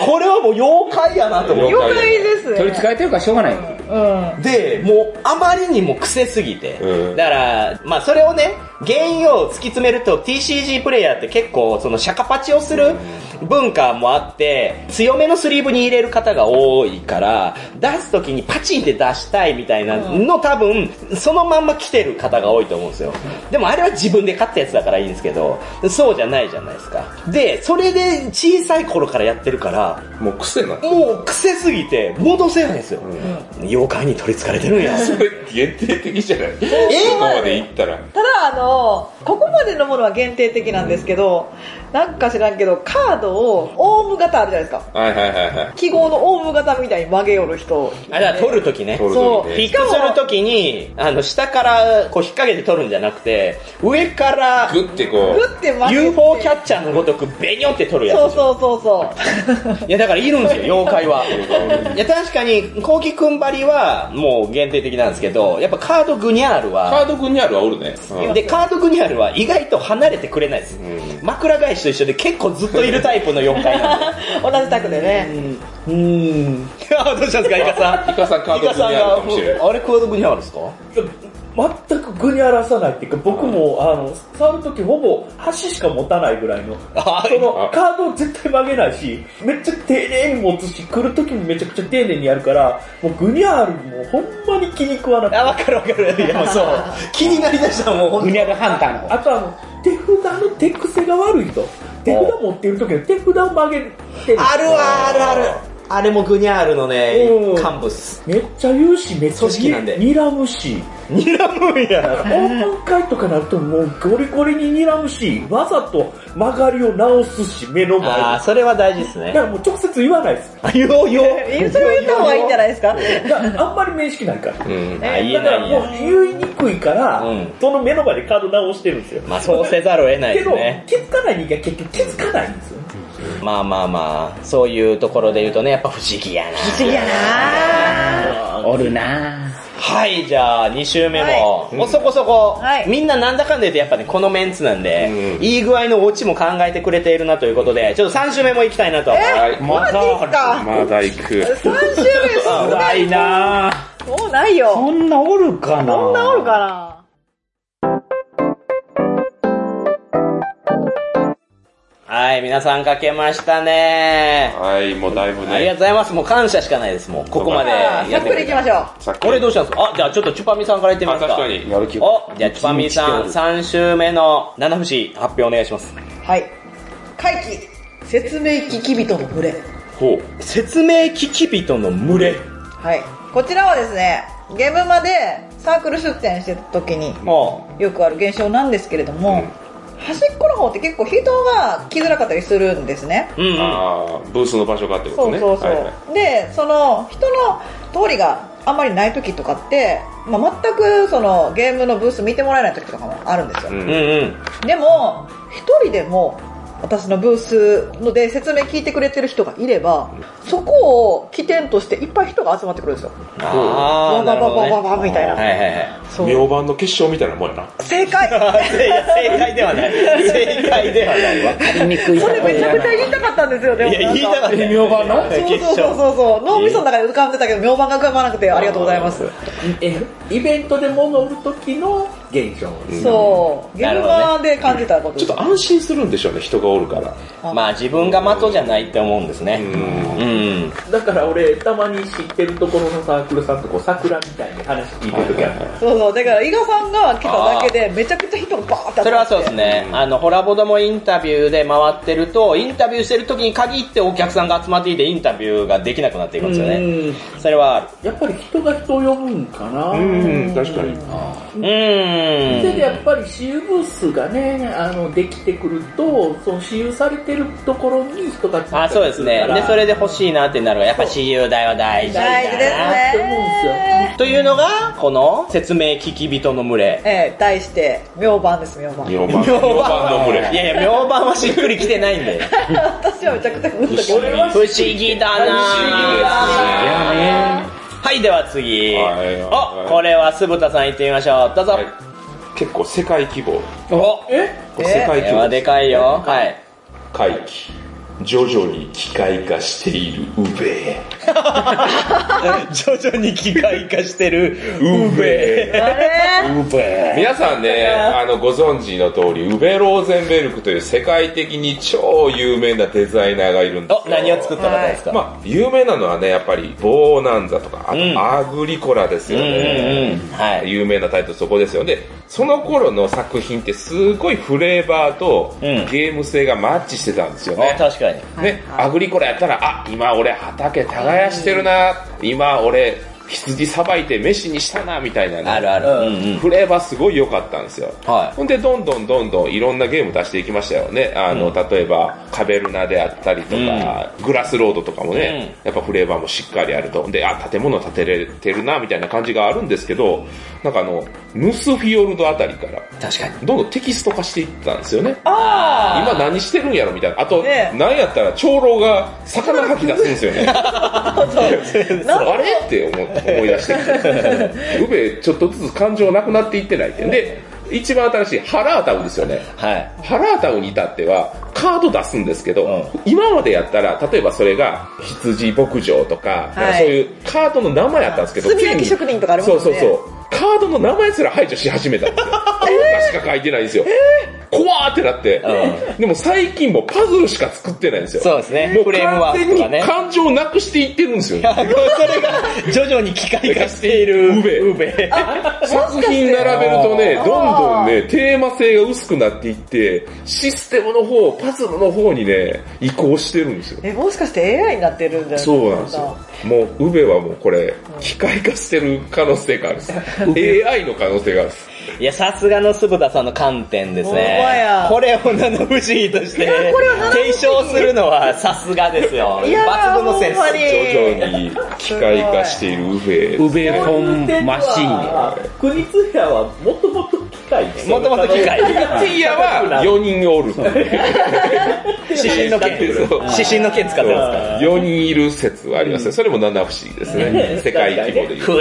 S1: これはもう妖怪やなと思って。
S3: 妖怪ですね。
S8: 取り憑かれてるからしょうがない。
S3: うん。
S1: で、もう、あまりにも癖すぎて。
S9: うん
S1: だから、まあ、それをね、原因を突き詰めると、TCG プレイヤーって結構、その、シャカパチをする文化もあって、強めのスリーブに入れる方が多いから、出す時にパチンって出したいみたいなの、多分、そのまんま来てる方が多いと思うんですよ。でも、あれは自分で買ったやつだからいいんですけど、そうじゃないじゃないですか。で、それで小さい頃からやってるから、
S9: もう癖
S2: (laughs)
S9: な。
S1: もう癖すぎて、戻せないんですよ。妖怪に取り憑かれてるんや。
S9: それ限定的じゃないそこまで行ったら。
S3: ただ、あの、ここまでのものは限定的なんですけど、なんか知らんけど、カードをオウム型あるじゃないですか。
S9: はいはいはいはい。
S3: 記号のオウム型みたいに曲げよる人。
S1: あ、だから取るときね。
S9: 取る
S3: そ
S9: と
S3: う
S9: きね。
S1: 引っするときに、あの、下からこう引っ掛けて取るんじゃなくて、上から
S9: グッてこ
S3: グって曲げて。
S1: UFO キャッチャーのごとくベニョって取るやつ。
S3: そうそうそうそう。
S1: いや、だからいるんですよ、妖怪は。いや、確かに、コウキくんばりは、もう限定的なんですけど、やっぱカードグニャール
S9: う、
S1: は、
S9: カード君にあるはおるね。うん
S1: で、カードグニャールは意外と離れてくれないです。枕返しと一緒で結構ずっといるタイプの妖怪なんで。
S3: 同じタクでね。
S1: うーん。 (laughs) あどうしたんですか、イカさん。
S9: イカさんカード組にあるかもしれな
S1: イカさんがあれ、カード組にあるんですか
S4: 全く具に荒らさないっていうか、僕も、あの、触るときほぼ箸しか持たないぐらいの。
S1: あ
S4: そのカードを絶対曲げないし、めっちゃ丁寧に持つし、来るときもめちゃくちゃ丁寧にやるから、もうグニャールもほんまに気に食わなくて。
S1: あ、わかるわかる。いや、もうそう。 (laughs) 気になりだしたらもうほん
S8: グ
S1: と
S8: ニャルハンターの方。
S4: あとあの、手札の手癖が悪い人。手札持ってるときの手札を曲げてる。
S1: あるわ、あるある。あれもグニャールのね
S4: うん、
S1: 幹部っす。
S4: めっちゃ言うし、めっちゃ
S1: 組織なんで
S4: に睨むし、
S1: 睨むん (laughs) や。
S4: オープン会とかなるともうゴリゴリに睨むし、わざと曲がりを直すし、目の前に。
S1: あー、
S4: だ
S1: それは大事です
S4: か
S1: ね。
S4: らもう直接言わないです。
S1: (laughs) あ、ようよう。
S3: それを言った方がいいんじゃないですか。
S4: だからあんまり面識ないから。
S9: い。うん。
S1: あ、言え
S4: だか
S1: な
S4: ら
S1: い
S4: もう
S1: や。
S4: 言いにくいから、
S1: うん
S4: その目の前でカード直してるんですよ。
S1: まあ、そうせざるを得ない
S4: け
S1: です
S4: ど、
S1: ね。
S4: 気づかない人間は結局気づかないんですよ。
S1: まあまあまあ、そういうところで言うとね、やっぱ不思議やな。
S3: 不思議やな
S8: おるなぁ。
S1: はい、じゃあ、2週目も、
S3: は
S1: もうそこそこ、
S3: はい
S1: みんななんだかんだ言ってやっぱね、このメンツなんで、
S9: うん
S1: いい具合のオチも考えてくれているなということで、ちょっと3週目も行きたいなと。
S9: はい。
S3: マジですか
S9: まだ行く。
S3: 三週目すご
S8: 怖いなぁ。
S3: い。もうないよ。
S8: そんなおるかな
S3: そんなおるかな
S1: はい、皆さんかけましたね。
S9: はい、もうだいぶ
S1: ありがと
S9: ね。
S1: うございます。もう感謝しかないです、もう。ここまで
S3: ざ
S1: や
S3: っ
S1: って
S3: く
S1: く
S3: り
S1: れ
S3: い
S1: て
S3: き。ましょう。
S9: さっき
S1: これどうしたんですかあ、じゃあちょっとチュパミさんから言ってみます
S9: あ
S1: か。
S9: 確かに。やる気
S1: お、じゃあチュパミさん、3週目の七不思議発表お願いします。
S3: はい。回帰、説明聞き人の群れ。
S9: ほう。
S1: 説明聞き人の群れ。
S3: はい。こちらはですね、ゲームまでサークル出展してた時に
S1: も
S3: よくある現象なんですけれども、端っこの方って結構人が来づらかったりするんですね。
S1: う。うんうん。
S9: ああ、ブースの場所がってこ
S3: そ
S9: と
S3: う
S9: ね。
S3: そうそう。
S9: はいはい
S3: で、その人の通りがあんまりない時とかって、まあ、全くそのゲームのブース見てもらえない時とかもあるんですよ。
S9: うん
S1: うんうん。
S3: でも、一人でも私のブースので説明聞いてくれてる人がいればそこを起点としていっぱい人が集まってくるんですよ
S1: ああ、なるほど、ね。
S3: バババババみたいな
S1: はいはいはい。
S3: そう
S2: 明晩の決勝みたいなもんやな。
S3: 正解
S1: いや正解ではない。正解ではないわ。
S8: やりにくい
S3: それめちゃめちゃ言いたかったんですよでも
S1: いや、
S3: なん
S1: 言いた
S3: か
S1: かった。
S4: 妙盤の
S1: 決
S3: そ
S1: 勝。
S3: うそうそうそうそう脳みその中で浮かんでたけど明晩が浮かばなくてありがとうございます
S4: えイベントで物を売る時の現象
S3: そう現
S1: なるほどね
S3: 場で感じたこと
S2: ちょっと安心するんでしょうね、人がおるから。
S1: まあ自分が的じゃないって思うんですね。うん。
S4: だから俺たまに知ってるところのサークルさんとこう桜みたいに話聞いてる時ある
S3: そうそうだから伊賀さんが来ただけでめちゃくちゃ人がバーって集まって
S1: それはそうですね。あの、ホラボドもインタビューで回ってると、インタビューしてる時に限ってお客さんが集まっていてインタビューができなくなっていくんですよね。それはある。
S4: やっぱり人が人を呼ぶんかな
S2: うん、確かに。
S1: う
S4: それで
S1: ーん。
S4: やっぱり私有ブースがねあのできてくるとその私有されてるところに人が集ま
S1: あ、
S4: って
S1: そう
S4: くる
S1: です
S4: から
S1: ね。で、それで欲しいなってなるが、やっぱ私有代は大事だな。
S3: 大事です
S4: あーって思うんですよ
S1: というのが、この説明聞き人の群れ。
S3: ええ題して明晩です明晩
S2: 明晩。明晩の群
S1: い
S2: れ。
S1: やいや、明晩はしっくりきてないんで。
S3: 私はめちゃくちゃうんだけど
S4: 俺は
S1: (laughs) 不思議だなぁはい、では次。
S2: はい
S1: お、これはぶたさん行ってみましょう。どうぞ。
S2: はい結構世界規模。
S1: お、
S4: え
S2: これ世
S1: これ
S2: 界規
S1: は
S2: 模
S1: で
S2: です。
S1: かいよ。はい。
S2: 回帰。徐々に機械化しているウベ。
S1: 徐々に機械化してる。
S2: ウベ。
S3: あれ
S2: (laughs) 皆さ
S1: (laughs)
S2: んね、あの、ご存知の通り、ウベ・ローゼンベルクという世界的に超有名なデザイナーがいるんです
S1: お、
S2: よ。
S1: 何を作った方ですか、
S2: まあ、有名なのはね、やっぱり、ボーナンザとか、あ
S1: うん
S2: と、アグリコラですよ
S1: うん
S2: ね
S1: うんうん。はい
S2: 有名なタイトルそこですよね。でその頃の作品ってすごいフレーバーと
S1: うん
S2: ゲーム性がマッチしてたんですよ
S1: お
S2: ね。
S1: 確かに。
S2: ね、アグリコラやったら、あ、今俺畑耕してるな、今俺羊さばいて飯にしたな、みたいなね
S1: あるある。うんうん。
S2: フレーバーすごい良かったんですよ。
S1: はい
S2: ほんで、どんどんどんどんいろんなゲーム出していきましたよね。あの、例えば、カベルナであったりとか、グラスロードとかもね、やっぱフレーバーもしっかりあると。で、あ、建物建てれてるな、みたいな感じがあるんですけど、なんかあの、ヌスフィヨルドあたりから、
S1: 確かに。
S2: どんどんテキスト化していったんですよね。
S3: あ
S2: 今何してるんやろみたいな。あと、
S3: ね
S2: なんやったら、長老が魚吐き出すんです
S3: (laughs)
S2: よね。
S3: あなん
S2: あれって思思い出して
S3: (laughs)
S2: きて。ウベ、ちょっとずつ感情なくなっていってないって。で、一番新しいハラータウンですよね。
S1: はい。
S2: ハラータウンに至っては、カード出すんですけど、
S1: うん
S2: 今までやったら、例えばそれが、羊牧場とか、なんかそういうカードの名前やったんですけど、
S3: 炭
S2: つい
S3: 焼
S2: に
S3: き職人とかあります
S2: そ
S3: よ
S2: う
S3: ね
S2: そうそう。カードの名前すら排除し始めたんで
S1: (laughs)
S2: すよ。絵しか書いてないんですよ。怖ーってなって、でも最近もうパズルしか作ってないんですよ。
S1: そうですね
S2: もう
S1: フレームワ
S2: 完
S1: ーク
S2: 全
S1: と
S2: に
S1: かね
S2: 感情なくしていってるんで
S1: (laughs)
S2: すよ。
S1: それが徐々に機械化している。
S2: ウベ
S1: ウベ。
S2: 作品並べるとね、どんどんね、テーマ性が薄くなっていって、システムの方、パズルの方にね、移行してるんですよ。
S3: えもしかして AI になってるんじゃない
S2: そうなんですよ。もう、ウベはもうこれ、機械化してる可能性があるんです。AI の可能性があるんです。
S1: いや、さすがのぶたさんの観点です
S3: ほんま
S1: ね
S3: や。
S1: これを七不思議として
S3: これを七不思
S1: 継
S3: 議
S1: 承するのはさすがですよ。
S3: いやー
S1: 抜群のセン
S3: ほんま
S1: ス
S3: に。
S2: 徐々に機械化しているウベ。
S5: ウベフォンマシーン
S4: は国津屋はもともと機械で
S1: もともと機
S3: (laughs)
S1: 械。
S2: ティアは4人おるっていう。
S1: 指針の剣。
S2: そう
S1: 指針の剣使ってますから。
S2: 4人いる説はありますね。それも七不思議ですね。世界規模で言う
S1: 不
S2: と。
S1: 思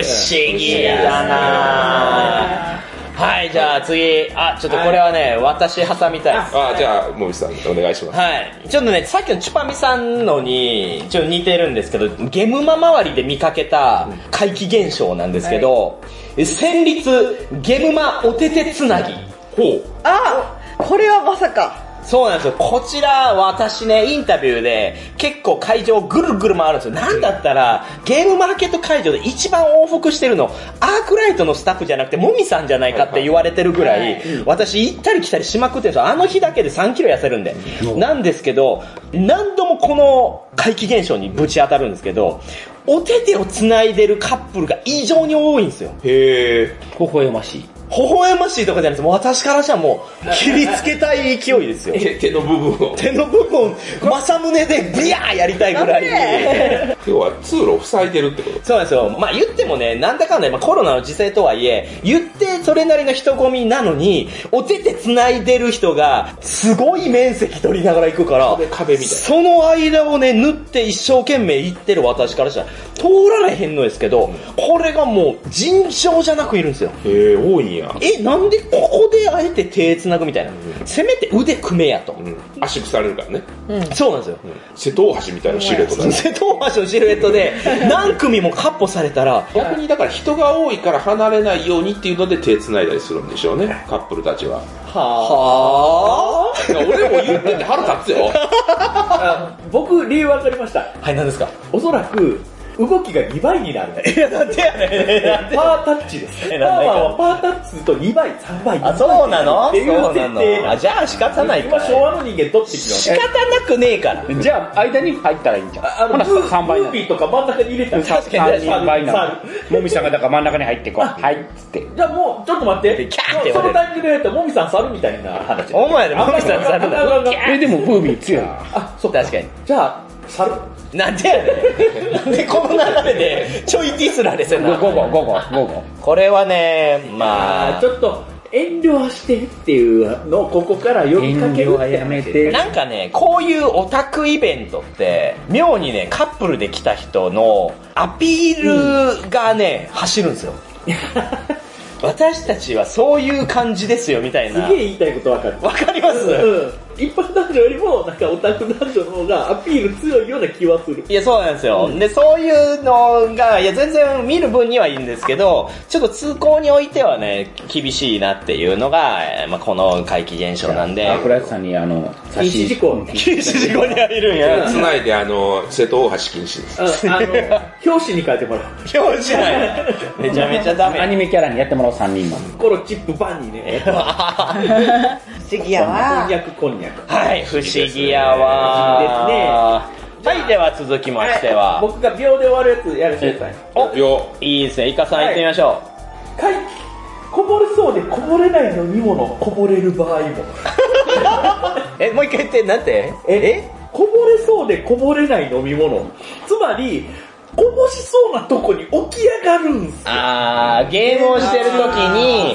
S1: 議だなはい、じゃあ次。あ、ちょっとこれはね、私挟みたいです。
S2: あ、じゃあ、もみさん、お願いします。
S1: はい。ちょっとね、さっきのチュパミさんのに、ちょっと似てるんですけど、ゲムマ周りで見かけた怪奇現象なんですけど、戦慄ゲムマおててつなぎ。
S2: ほう。
S3: あこれはまさか
S1: そうなんですよ。こちら、私ね、インタビューで、結構会場をぐるぐる回るんですよ。なんだったら、ゲームマーケット会場で一番往復してるの、アークライトのスタッフじゃなくて、もみさんじゃないかって言われてるぐらい、私行ったり来たりしまくってるんですよ。あの日だけで3キロ痩せるんで。なんですけど、何度もこの怪奇現象にぶち当たるんですけど、お手手を繋いでるカップルが異常に多いんですよ。
S2: へえ。
S5: 微笑ましい
S1: 微笑ましいとかじゃなくて、もう私からしたらもう、切りつけたい勢いですよ。
S2: 手手の部分を。
S1: 手の部分、正胸でビヤーやりたいぐら (laughs) いに。
S2: 要は通路を塞いでるってこと
S1: そうなんですよ。まあ言ってもね、なんだかんだ、まあ、コロナの時勢とはいえ、言ってそれなりの人混みなのに、お手手繋いでる人が、すごい面積取りながら行くから、
S2: 壁壁みたいな
S1: その間をね、縫って一生懸命行ってる私からしたら、通られへんのですけど、これがもう尋常じゃなくいるんですよ。
S2: へえ、多いんや。
S1: え、なんでここであえて手繋ぐみたいな。せめて腕組めやと。
S2: うん。圧縮されるからね。
S1: そうなんですよ。
S2: 瀬戸大橋みたいなシルエットだね。
S1: 瀬戸大橋のシルエット (laughs) で、何組もカッポされたら、
S2: 逆にだから人が多いから離れないようにっていうので手繋いだりするんでしょうね、カップルたちは。
S1: はぁ
S2: いや俺も言ってて腹立つよ。
S4: あ僕、理由わかりました。
S1: ー。はい、何ですか
S4: おそらく、動きが2倍になる。
S1: (laughs) いや、なんでやね
S4: パータッチです。パ
S1: え
S4: ー
S1: なんで
S4: マンはパータッチすると2倍、3倍、
S1: あ、そうなの
S4: っていう
S1: そうな
S4: 設定
S1: の。あ、じゃあ仕方ないか
S4: 今、昭
S1: ら。
S4: 和の人間どっちきま
S1: 仕方なくねえから。
S8: じゃあ、間に入ったらいいんじゃん。
S4: あ
S8: ほ
S4: の、
S8: な、
S4: ムー
S8: 3倍
S4: ム (laughs)
S8: な
S4: ービーとか真ん中に入れたら
S1: 確かに
S8: 3人倍な
S4: 三
S8: の。もみさんがだから真ん中に入ってこう。はい、っつって。
S4: じゃあもう、ちょっと待って。
S1: キャーって言
S4: そ
S1: われる
S4: のタイミングでやったら、もみさん猿みたいな話。
S1: お前ら、もみさん猿 (laughs) だろ。
S8: え、でも、ブービー強い。
S4: あ、そっか。
S1: 確かに。
S4: じゃあ、猿。
S1: なんでやねん。なんでこの流れで、ちょいディスられせ
S8: 午
S1: な。
S8: 後、午後、午後。
S1: これはね、
S4: あ
S1: ま
S4: ー
S1: あ
S4: ち、ょっと、遠慮してっていうのをここから呼びかける。
S8: 遠慮はやめて
S1: なんかね、こういうオタクイベントって、妙にね、カップルで来た人のアピールがね、走るんです
S4: (laughs)
S1: よ。私たちはそういう感じですよ、みたい
S4: すげ
S1: な
S4: え。言いたいことわかる。
S1: わかります、
S4: うん。一般男女よりも、なんかオタク男女の方がアピール強いような気はする。
S1: いや、そうなんですよ。で、そういうのが、いや、全然見る分にはいいんですけど、ちょっと通行においてはね、厳しいなっていうのが、えーまあ、この怪奇現象なんで
S8: あ、。倉石さんに、あの、差
S4: 禁止事
S8: し、
S4: 項。うん
S1: 禁止事項にはいるんや。
S2: 繋いで、あの、瀬戸大橋禁止です。
S4: あの、表紙に書いてもら
S1: (laughs) 表示ない。めちゃめちゃダ
S8: ア
S1: メ。
S8: ニメキャラにやってもらおう、3人も。
S4: う。コロチップバンにね、
S1: (laughs)
S3: 不思議や
S4: こ
S3: わ
S4: んに。ゃくこんにゃく。
S1: はい、不思議やわ。
S4: 不思議ですね
S1: はい、では続きまして
S4: い
S1: は。
S4: 僕が秒で終わるやつやらせてください。
S1: お、
S2: よ、
S1: いいですね。イカさん行ってみましょ
S4: 回帰こぼれそうでこぼれない飲み物こぼれる場合も
S1: う。え、もう一回言って、なんて
S4: こぼれそうでこぼれない飲み物つまりこぼしそうなとこに起き上がるんすよ
S1: あー、ゲームをしてる時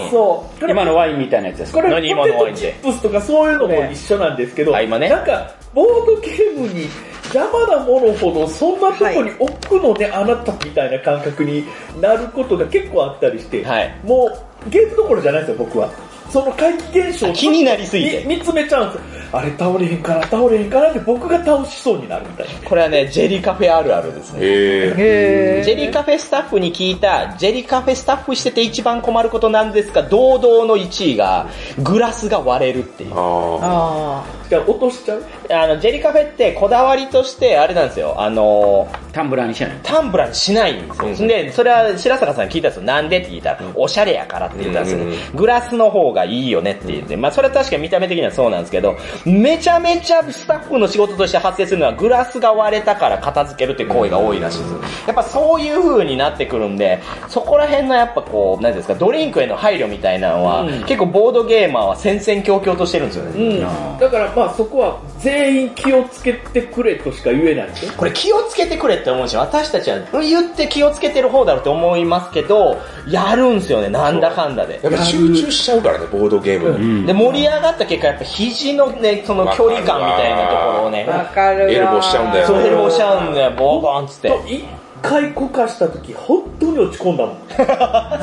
S1: に、
S4: そう
S8: 今のワインみたいなやつです
S4: これ
S1: 何今
S4: ポテ
S1: のワイン
S4: トチ
S1: で
S4: ップスとかそういうのも一緒なんですけど、
S1: あ今ね
S4: なんかボードゲームに邪魔なものほどそんなとこに置くのね、あなたみたいな感覚になることが結構あったりして、
S1: はい
S4: もうゲームどころじゃないんですよ僕はその怪奇現象を
S1: 気になりすぎて
S4: み見つめちゃうんですよあれ倒れへんから倒れへんからって僕が倒しそうになるみたいな
S1: これはね、ジェリカフェあるあるですね。
S2: へえ。
S1: ジェリカフェスタッフに聞いた、ジェリカフェスタッフしてて一番困ることなんですか、堂々の1位が、グラスが割れるっていう。
S2: あ
S3: あ
S4: しかも落としちゃう
S1: あの、ジェリカフェってこだわりとして、あれなんですよ、あのー、
S8: タンブラーにしない。
S1: タンブラーにしないんですよ。で、それは白坂さんに聞いたんですよ。なんでって聞いたら、おしゃれやからって言ったんですよ
S2: うんうん
S1: ね。グラスの方がいいよねって言って、まあそれは確かに見た目的にはそうなんですけど、めちゃめちゃスタッフの仕事として発生するのはグラスが割れたから片付けるっていう行為が多いらしいです。やっぱそういう風になってくるんで、そこら辺のやっぱこう、なんていうんですか、ドリンクへの配慮みたいなのは、結構ボードゲーマーは戦々恐々としてるんですよね。
S4: うんだからまあそこは全員気をつけてくれとしか言えないんですよ
S1: これ気をつけてくれって思うし、私たちは言って気をつけてる方だろうって思いますけど、やるんすよね、なんだかんだで
S2: あ。。やっぱ集中しちゃうからね、ボードゲームに。
S1: で、盛り上がった結果、やっぱ肘のね、その距離感みたいなところをね
S3: あ。、わかるわ。
S2: エルボーしちゃうんだよ
S1: それで押しちゃうんだよ、ボーボンっつ
S4: (laughs)
S1: って。
S4: と一回こかした時本当に落ち込んだもん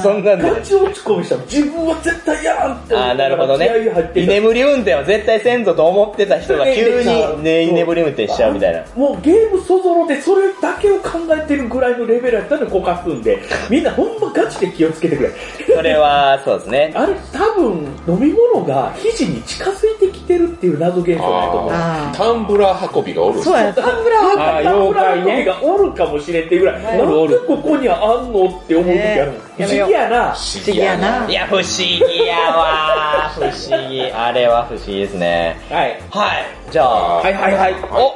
S1: そんなんで。
S4: ガチ落ち込みしたの自分は絶対やらんって思
S1: ああ、
S4: っ
S1: な
S4: た
S1: る
S4: か
S1: ほど
S4: ら
S1: ね
S4: 気合い入っ。て
S1: 居
S4: た
S1: 眠り運転は絶対せんぞと思ってた人
S4: (laughs)
S1: が急にね、居眠り運転しちゃうみたいな。
S4: もうゲームそぞろでそれだけを考えてるぐらいのレベルやったのにこかすんでみんなほんまガチで気をつけてくれ
S1: それは、そうです
S4: (laughs)
S1: ね。
S4: あれ多分飲み物が肘に近づいてきてるっていう謎現象だと思う
S3: あ
S2: タンブラー運びがおる。
S3: ーそうやね。タンブラーは
S8: あー
S4: ダンブラー
S8: 妖怪ね
S4: がおるかもしれんってぐらい、
S3: はい
S4: なんでここにはあんのって思う時あるもん
S3: ね
S4: 不思議やな
S2: 不
S3: 不思議や。な。
S1: いや、不思議やわー。不思議。あれは不思議ですね。
S4: はい
S1: はい。じゃあ、
S4: はいはいはい
S1: お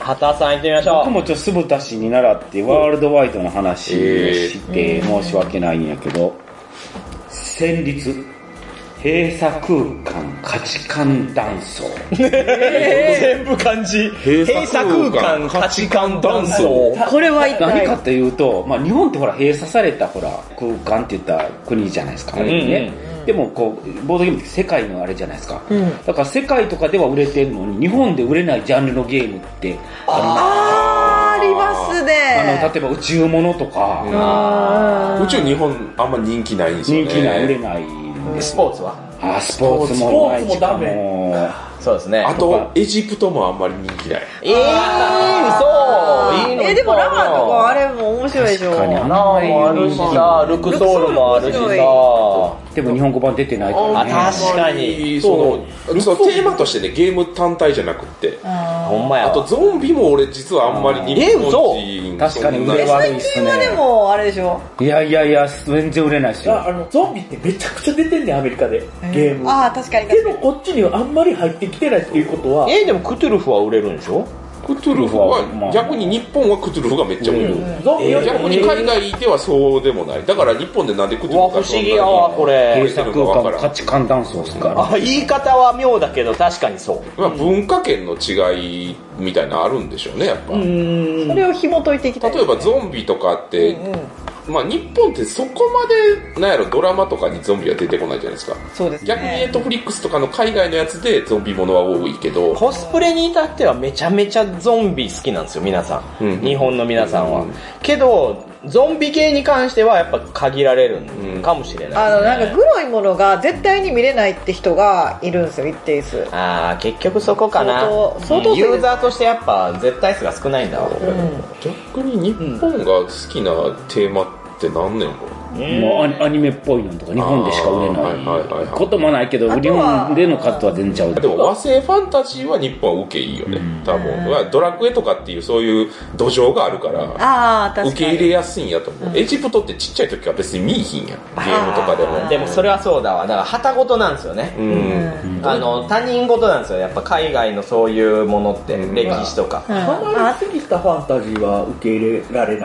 S1: 畑さん行ってみましょ
S8: 僕もちょっと酢豚氏に習ってワールドワイドの話をして申し訳ないんやけど、戦慄、閉鎖空間価値観断層。
S1: 全部漢字。閉鎖空間、価値観断層。
S3: これは一
S8: 何か
S3: 体。
S8: というと、まあ、日本ってほら閉鎖されたほら空間って言ったら国じゃないですか、あれねでもこう、ボードゲームって世界のあれじゃないですか。だから世界とかでは売れてるのに、日本で売れないジャンルのゲームって、
S3: あーあります
S8: あの、
S3: ね
S8: 例えば宇宙物とか、
S2: 宇宙日本あんま人気ないんですよね
S8: 人気ない売れないんです。
S1: スポーツは
S8: あ、スポーツもない
S4: スポーツもダメ
S8: も
S1: そうですね
S2: あとエジプトもあんまり人気ない
S1: えー、嘘いいの
S3: えでもラマとかあれも面白いでしょ
S8: 確かに
S1: ラマもあるしさ、ルクソールもあるしさ。
S3: ルクソール
S1: あ、
S8: でも日本語版出てないからね。
S1: 確かに。
S2: そのそのテーマとしてねゲーム単体じゃなくって
S1: ほんまや
S2: あ
S1: わ。
S2: とゾンビも俺実はあんまり人気
S1: え嘘
S2: ない
S8: 確かに
S2: そんな
S8: 売れ悪いっす
S3: 今で
S8: ね。
S3: もあれでしょ
S8: いやいやいや、全然売れないっすよ
S4: あ。あのゾンビってめちゃくちゃ出てんねんアメリカでゲーム
S3: ああ確かに
S4: け
S3: 確か
S4: どこっちにはあんまり入ってきてないっていうことは
S1: えでもクトゥルフは売れるんでしょ
S2: クトゥルフ
S8: まあ
S2: は逆に日本はクトゥルフがめっちゃ売れる
S4: ゾンビより
S2: 逆に海外ではそうでもないだから日本でなんでクトゥル
S1: うわ、不
S2: フが
S1: 思議やわ、こ
S8: 閉
S1: れ。
S8: 鎖空間の価値観断層っすから。
S1: あ、言い方は妙だけど、確かにそう。
S2: まあ、文化圏の違いみたいなのあるんでしょうねやっぱ、
S3: にそれを紐解いていきたい
S2: 例えばゾンビとかって、まあ、日本ってそこまでなんやろドラマとかにゾンビは出てこないじゃないですか
S3: そうです
S2: 逆にネ
S3: ね
S2: ットフリックスとかの海外のやつでゾンビものは多いけど、
S1: コスプレに至ってはめちゃめちゃゾンビ好きなんですよ、皆さん。
S2: うん
S1: 日本の皆さんは。
S2: うん
S1: けど、ゾンビ系に関してはやっぱ限られる
S2: うん
S1: かもしれない。
S3: あのなんかグロいものが絶対に見れないって人がいるんですよ一定数
S1: あー結局そこかな
S3: 相当相当
S1: ユーザーとしてやっぱ絶対数が少ないんだわ
S2: 逆に日本が好きなテーマって何なんやろ
S8: もうアニアニメっぽいのとか日本でしか売れ
S2: あーはいはいはい
S8: な
S2: はい
S8: いこともないけど
S3: あ
S8: 日
S3: とは
S8: 本での数は全然ちゃう
S2: でも和製ファンタジーは日本は受けいいよね、多分、まあドラクエとかっていうそういう土壌があるから
S3: ああ確かに
S2: 受け入れやすいんやと思う、エジプトってちっちゃい時は別に見いひんやんゲームとかでも
S1: でもそれはそうだわだから旗ごとなんですよね、
S2: うん
S1: あの他人ごとなんですよやっぱ海外のそういうものって、
S2: うん
S1: 歴史とか、
S3: うん
S4: 離れすぎたファンタジーは受け入れられな
S1: あー
S4: い感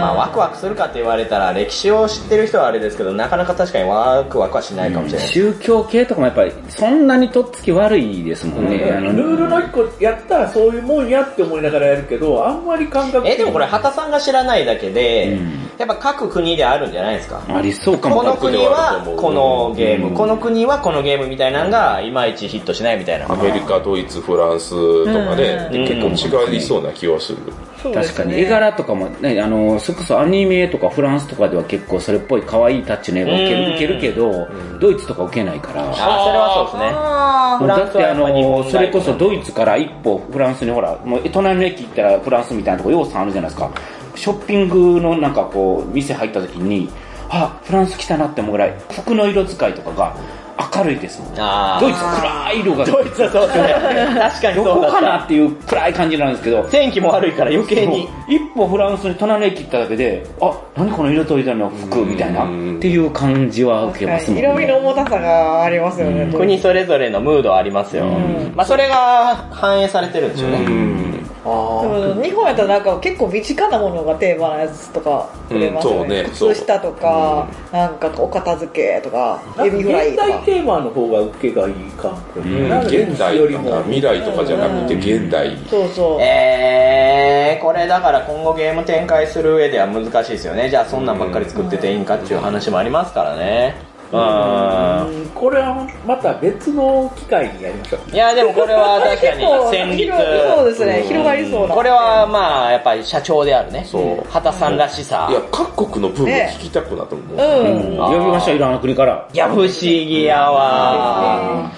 S1: まあワクワクするかって言われたら歴史を知ってる人はあれですけどなかなか確かにワクワクはしないかもしれない、
S8: 宗教系とかもやっぱりそんなにとっつき悪いですもんね、あ
S4: じルー
S8: の
S4: ルの一個やったらそういうもんやって思いながらやるけどあんまり感覚
S1: えでもこれ
S4: は
S1: 畑さんが知らないだけで、
S8: うん
S1: やっぱ各国であるんじゃないですか
S8: ありそうかも
S1: この国はこのゲーム、
S8: うん
S1: この国はこのゲームみたいなのがいまいちヒットしないみたいな、
S2: アメリカ、ドイツ、フランスとかね、
S1: うん
S2: 結構違いそうな気はする。
S3: そうで
S8: 確
S3: す
S8: か
S3: ね
S8: に絵柄とかもねあのそれこそアニメとかフランスとかでは結構それっぽい可愛いタッチの絵が受け
S1: うん
S8: る受けるけど、ドイツとか受けないから
S1: あそれはそうですね
S3: あ
S1: フラ
S8: だ
S1: ン
S8: っ
S1: スは
S8: て
S1: や
S8: あ
S1: っぱ日本
S8: の
S1: 代
S8: それこそ
S1: 表
S8: ドイツから一歩フランスにほらもう隣の駅行ったらフランスみたいなとこようさんあるじゃないですかショッピングのなんかこう店入った時にあフランス来たなって思うぐらい服の色使いとかが明るいですもんドイツ
S1: あー
S8: 暗い色が
S1: ドイツはそうですね (laughs) 確かに
S8: ど
S1: そう
S8: こ
S1: だっ
S8: か
S1: た
S8: なっていう暗い感じなんですけど
S1: 天気も悪いから余計に
S8: 一歩フランスに隣の駅行っただけであ何この色とりどりの服みたいなっていう感じは受けますもん
S3: 色味
S8: ね
S3: の重たさがありますよね、
S1: 国それぞれのムードはありますよ、まあそれが反映されてるんでしょうね、
S3: そう日本やったらなんか結構身近なものがテーマのやつとか売れますよね,、
S2: うんそうねそう
S3: 靴下とか、なんかお片付けとかエビフライ
S4: 現
S3: と
S4: 代
S3: か
S4: テーマの方が受けがいい感
S2: う
S4: 覚
S2: ん現代とか未来とかじゃなくて現代。
S3: そうそう、
S1: えー、これだから今後ゲーム展開する上では難しいですよねじゃあそんなんばっかり作ってていいんかっていう話もありますからねうん
S4: うんこれはまた別の機会にやりましょう
S1: いやでもこれは確
S3: (laughs)
S1: かに戦
S3: 結
S1: 慄
S3: 構広そうですね広がりそうな
S1: これはまあやっぱり社長であるね
S2: そう
S1: 畑さんらしさ
S2: いや、各国の文を聞きたくなったもん。
S3: うん、
S8: うん呼びましょういろんな国から
S1: いや不思議やわ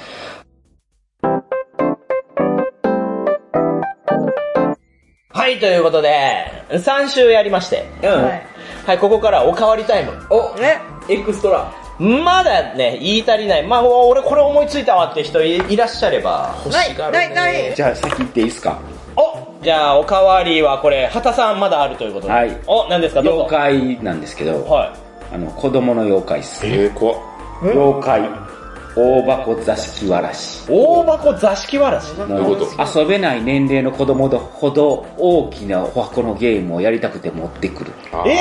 S1: はいということで3週やりまして
S3: はい
S1: はいここからおかわりタイム
S4: お
S3: ね
S4: エクストラ
S1: まだね、言い足りない。まあ、お俺これ思いついたわって人いいらっしゃれば。
S3: ないないない
S8: じゃあ先行っていいですか
S1: おじゃあ、おかわりはこれ、畑さんまだあるということで。
S8: はい
S1: お、何ですか、どうぞ。
S8: 妖怪なんですけど
S1: は
S8: あの子供の妖怪っす
S2: えー、怖っ
S8: 妖怪大箱座敷わらし。
S1: 大箱座敷わらし。
S8: の遊べない年齢の子供ほど大きなお箱のゲームをやりたくて持ってくる。
S1: えー、何それ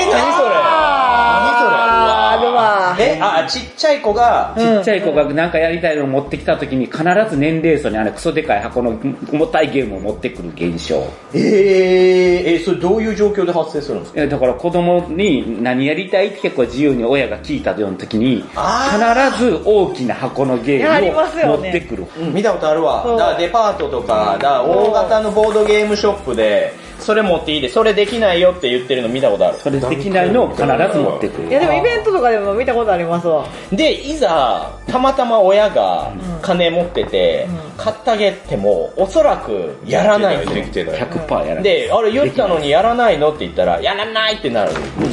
S3: あーあるわ
S1: え、あ、ちっちゃい子が、
S8: ちっちゃい子がなんかやりたいのを持ってきた時に必ず年齢層にあのクソでかい箱の重たいゲームを持ってくる現象。
S1: えー、えー、それどういう状況で発生するんですか
S8: えだから子供に何やりたいって結構自由に親が聞いたような時に
S1: あ
S8: 必ず大きな箱のゲ
S3: いやあります
S8: ーム
S3: よ
S8: を
S3: ね
S8: 持ってくる。
S1: 見たことあるわ。
S3: そう
S1: だからデパートとか、だから大型のボードゲームショップで、それ持っていいで、それできないよって言ってるの見たことある。
S8: それできないのを必ず持ってく
S3: い
S8: る。
S3: やでもイベントとかでも見たことありますわ
S1: で、いざ、たまたま親が金持ってて、買ってあげても、おそらくやらないんです
S2: で
S1: よ
S2: き。てない。
S8: 100%やらない。
S1: で、あれ言ったのにやらないのって言ったら、やらないってなる。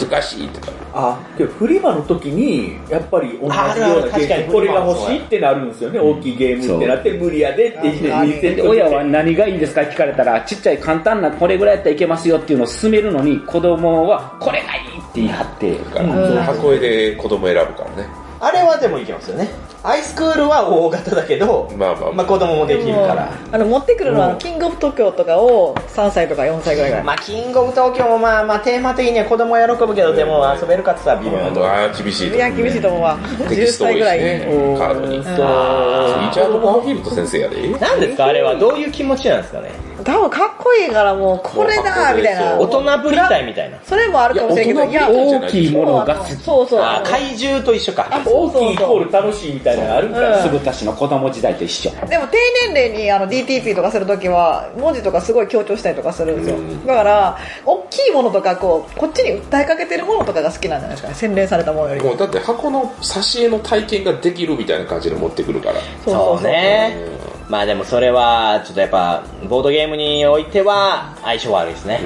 S2: 難しいとか。
S4: あ、けどフリマの時に、やっぱり同じよう
S1: あ
S4: な
S1: るある
S4: ゲ
S1: 確かに
S4: ーム、これが欲しいってなるんですよね。大きいゲームってなって、無理やでって言って、見せ
S8: で
S4: て。
S8: 親は何がいいですかって聞かれたら、ちっちゃい簡単なこれぐらいやったらいけますよっていうのを勧めるのに、子供はこれがいいって言い張って、
S2: 箱絵で子供選ぶからね。
S1: あれはでもいけますよね。アイスクールは大型だけど、
S2: まあまあ
S1: まあ子供もできるから。
S3: あの持ってくるのはキングオブ東京とかを3歳とか4歳ぐらいから
S1: まあ、キングオブ東京もまあまあテーマ的には子供は喜ぶけど、でも遊べるかって言ったら微妙なとこ
S2: ああ、厳しい
S3: い
S2: と
S3: や厳しいと思うわ
S2: テキ
S3: 10
S2: スト多
S3: 歳
S2: い
S3: ぐ
S2: し
S3: らい
S2: ね
S3: に、
S2: カードに。リチャード・モーフィールド先生やで。
S1: なんですかあれはどういう気持ちなんですかね
S3: 多分かっこいいからもうこれだーみたいな
S1: 大人ぶりたいみたいな。
S3: それもあるかもしれんけどいや
S8: 大きいものが好き。
S3: そうそう
S1: あー、怪獣と一緒か。
S4: 大きいイコール楽しいみたいなのがあるから。
S8: すぐたしの子供時代と一緒。
S3: でも低年齢にあの DTP とかするときは文字とかすごい強調したりとかするんですよ、だから大きいものとかこうこっちに訴えかけてるものとかが好きなんじゃないですかね洗練されたものより
S2: もうだって箱の挿絵の体験ができるみたいな感じで持ってくるから。
S1: そうね。まあでもそれは、ちょっとやっぱ、ボードゲームにおいては相性悪いですね。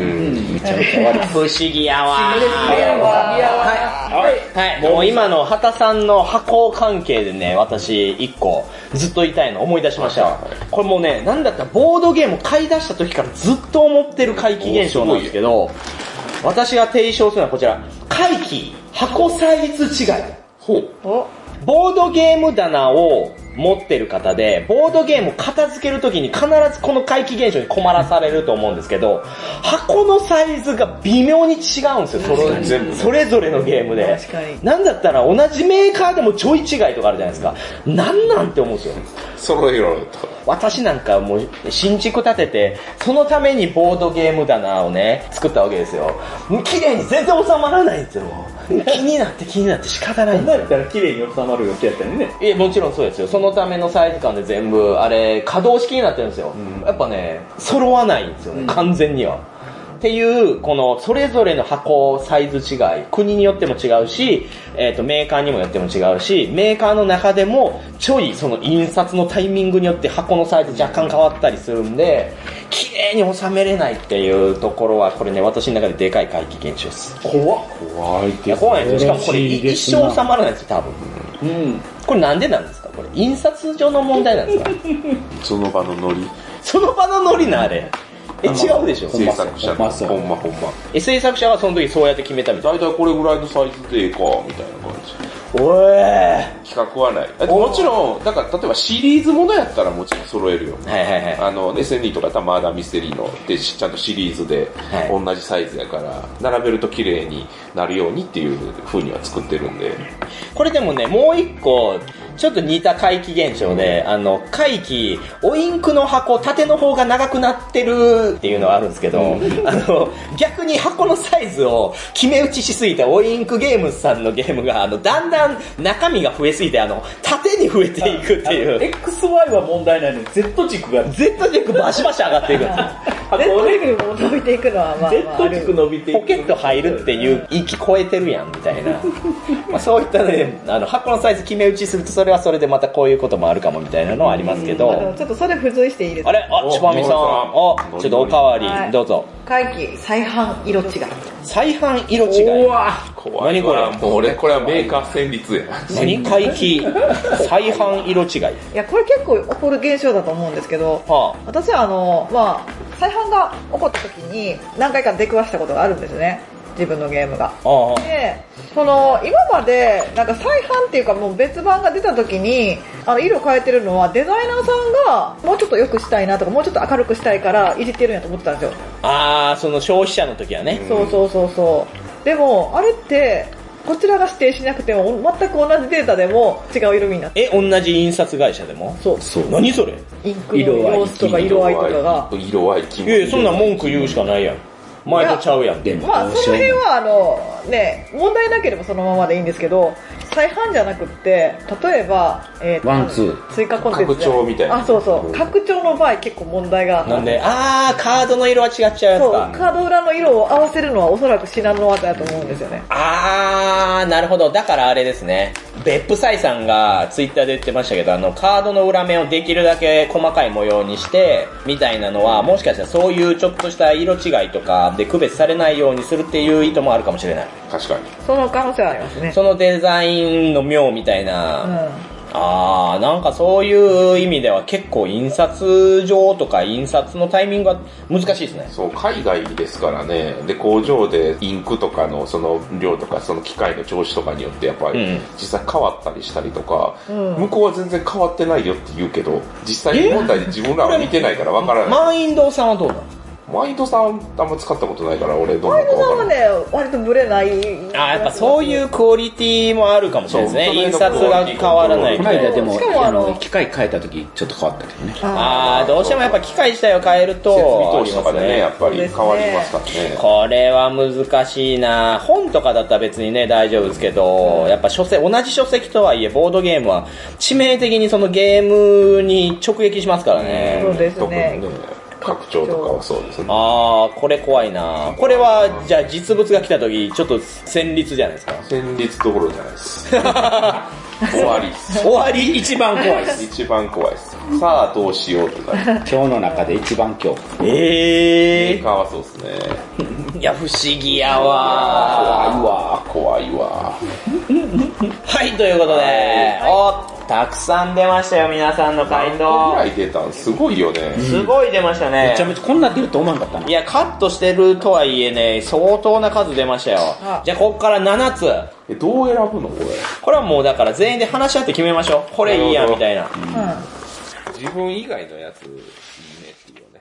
S1: 不思議やわー。はい。はい。もう今の畑さんの箱関係でね、私一個ずっと言いたいの思い出しましたわ。これもうね、なんだったらボードゲーム買い出した時からずっと思ってる怪奇現象なんですけど、私が提唱するのはこちら。怪奇箱サイズ違い。
S2: ほう。
S3: お
S1: ボードゲーム棚を持ってる方で、ボードゲームを片付けるときに必ずこの怪奇現象に困らされると思うんですけど、箱のサイズが微妙に違うんですよ、それ
S2: 全部
S1: それぞれのゲームで。
S3: 確かに
S1: なんだったら同じメーカーでもちょい違いとかあるじゃないですか。なんなんて思うんですよ。
S2: 揃えろと。
S1: 私なんかもう新築建てて、そのためにボードゲーム棚をね、作ったわけですよ。綺麗に全然収まらないんですよ。 (laughs) 気になって気になって仕方ないんですよ
S4: だったら綺麗に収まる予定やったよね。
S1: いやもちろんそうですよそのためのサイズ感で全部あれ可動式になってるんですよ、やっぱね揃わないんですよね、完全にはっていうこのそれぞれの箱サイズ違い国によっても違うし、えー、とメーカーにもよっても違うしメーカーの中でもちょいその印刷のタイミングによって箱のサイズ若干変わったりするんで綺麗に収めれないっていうところはこれね私の中ででかい怪奇現象です
S4: 怖っ。
S2: 怖い
S1: いや怖いですよしかもこれ一生収まらないですよ多分
S4: うん。
S1: これなんでなんですかこれ印刷上の問題なん
S2: (laughs)
S1: ですか
S2: その場のノリ。
S1: その場のノリなあれえ違うでしょ
S2: 制作者
S8: ほんま
S2: の。
S8: そう
S2: ほんまほんま。
S1: え制作者はその時そうやって決めたみたい
S2: 大体これぐらいのサイズでええか、みたいな感じ。
S1: おえ
S2: 企画はない。だってもちろん、だから例えばシリーズものやったらもちろん揃えるよ。
S1: はいはいはい
S2: あの、SNE とかやったらマーダーミステリーので、しちゃんとシリーズで
S1: はい
S2: 同じサイズやから、並べると綺麗になるようにっていう風には作ってるんで。
S1: これでもねもう一個ちょっと似た怪奇現象で、あの怪奇おインクの箱縦の方が長くなってるっていうのはあるんですけど、あの逆に箱のサイズを決め打ちしすぎたおインクゲームズさんのゲームがあのだんだん中身が増えすぎてあの縦に増えていくっていう
S4: XY は問題ないのに Z 軸が、Z
S1: Z 軸バシバシ上がっていくんですよ
S3: トリルも伸びていくのはまあまああ
S4: Z 軸
S3: る
S4: 伸びていく
S1: ポケット入るっていう域超えてるやんみたいな、まあ、そういったねあの箱のサイズ決め打ちするとそれはそれでまたこういうこともあるかもみたいなのはありますけ
S3: あでも
S1: ど
S3: ちょっとそれ付随していいです
S1: あ
S3: か
S1: れあ
S2: お
S1: ちばみさん
S2: お
S1: あちょっとおかわりどうぞ
S3: 会期再販色違い
S1: 再販色違い
S2: 怖い
S1: 何これ
S2: わ。もう俺、これはメーカー戦率や。
S1: 何回帰再販色違い
S3: いやこれ結構起こる現象だと思うんですけど
S1: は
S3: 私はあのまあ再販が起こった時に何回か出くわしたことがあるんですね自分のゲームが。
S1: あ
S3: でその今までなんか再販っていうかもう別版が出た時にあの色変えてるのはデザイナーさんがもうちょっと良くしたいなとかもうちょっと明るくしたいからいじってるんやと思ってたんですよ、
S1: ああその消費者の時はね、
S3: そうそうそうそうでもあれってこちらが指定しなくても全く同じデータでも違う色味になって
S1: え同じ印刷会社でも
S3: そう
S1: 何それ
S3: インクの様子とか色合いとかが
S2: 色合い気
S1: いやいやそんなん文句言うしかないやん前とちゃうやん
S5: でも
S3: まあその辺はあのね問題なければそのままでいいんですけど再販じゃなくって例えば、えーと
S5: ワンツー
S3: 追加コンテンツじゃ
S2: 拡張みたいな
S3: あそうそう拡張の場合結構問題が
S1: なんでああカードの色は違っちゃうや
S3: そ
S1: つ
S3: う
S1: か
S3: カード裏の色を合わせるのはおそらく至難の技だと思うんですよね
S1: あー、なるほど。だからあれですね。別府サイさんがツイッターで言ってましたけど、あの、カードの裏面をできるだけ細かい模様にして、みたいなのは、もしかしたらそういうちょっとした色違いとかで区別されないようにするっていう意図もあるかもしれない。
S2: 確かに。
S3: その可能性はありますね
S1: そのデザインの妙みたいな、
S3: う
S1: あー、なんかそういう意味では結構印刷上とか印刷のタイミングが難しいですね。
S2: そう、海外ですからね。で、工場でインクとかのその量とか、その機械の調子とかによって、やっぱ
S1: う
S2: り
S1: ん
S2: 実際変わったりしたりとか、
S3: ん
S2: 向こうは全然変わってないよって言うけど、実際に問題で自分らは見てないからわからない。
S1: マインドさんはどうなの
S2: マインドさんあんま使ったことないから、俺どうな
S3: マイ
S2: のか
S3: ドさん
S2: わか
S3: は
S2: らない。
S3: ね割とブレない
S1: あーやっぱそういうクオリティもあるかもしれないですね。
S2: そう
S1: 印刷が変わらない
S5: こ
S1: と
S5: の。間でも
S3: しかも
S5: あ
S3: あの
S5: の機械変えた時ちょっと変わったけどね
S1: あー、どうしてもやっぱ機械自体を変えると、
S2: 設備投資とかで
S1: あ
S2: ね、
S1: り
S2: や
S1: ますね
S2: っぱり変わりますからね。
S1: これは難しいな本とかだったら別にね、大丈夫ですけど、やっぱ書籍、同じ書籍とはいえ、ボードゲームは致命的にそのゲームに直撃しますからね。
S3: そうです
S2: 特にね
S3: ね、
S2: 拡張とかはそうですね。
S1: あー、これ怖いなこれは、じゃあ実物が来た時、ちょっと戦慄じゃないですか。
S2: 戦慄どころじゃないです。終わりです。
S1: 終わり一番怖いです。
S2: 一番怖いです。さあどうしようってなる。
S5: 今日の中で一番今日
S1: え
S2: メー
S1: え
S2: カーはそうですね。
S1: ー。いや、不思議やわー。
S2: 怖いわ、怖いわ。
S1: はい、ということで、おたくさん出ましたよ、皆さんの回
S2: ぐら
S1: 答。
S2: い出たんすごいよね。
S1: すごい出ましたね
S5: めち。ゃめちゃこんな出ると思わんかったない
S1: や、カットしてるとはいえね、相当な数出ましたよ
S3: あ。
S1: じゃあ、こっから7つ。
S2: え、どう選ぶのこ
S1: これはもうだから全員で話し合って決めましょう。これいいや、
S2: な
S1: み
S2: るほど
S1: たいな。
S3: うん
S2: れ。自分以外のやつ、いいねっていうね。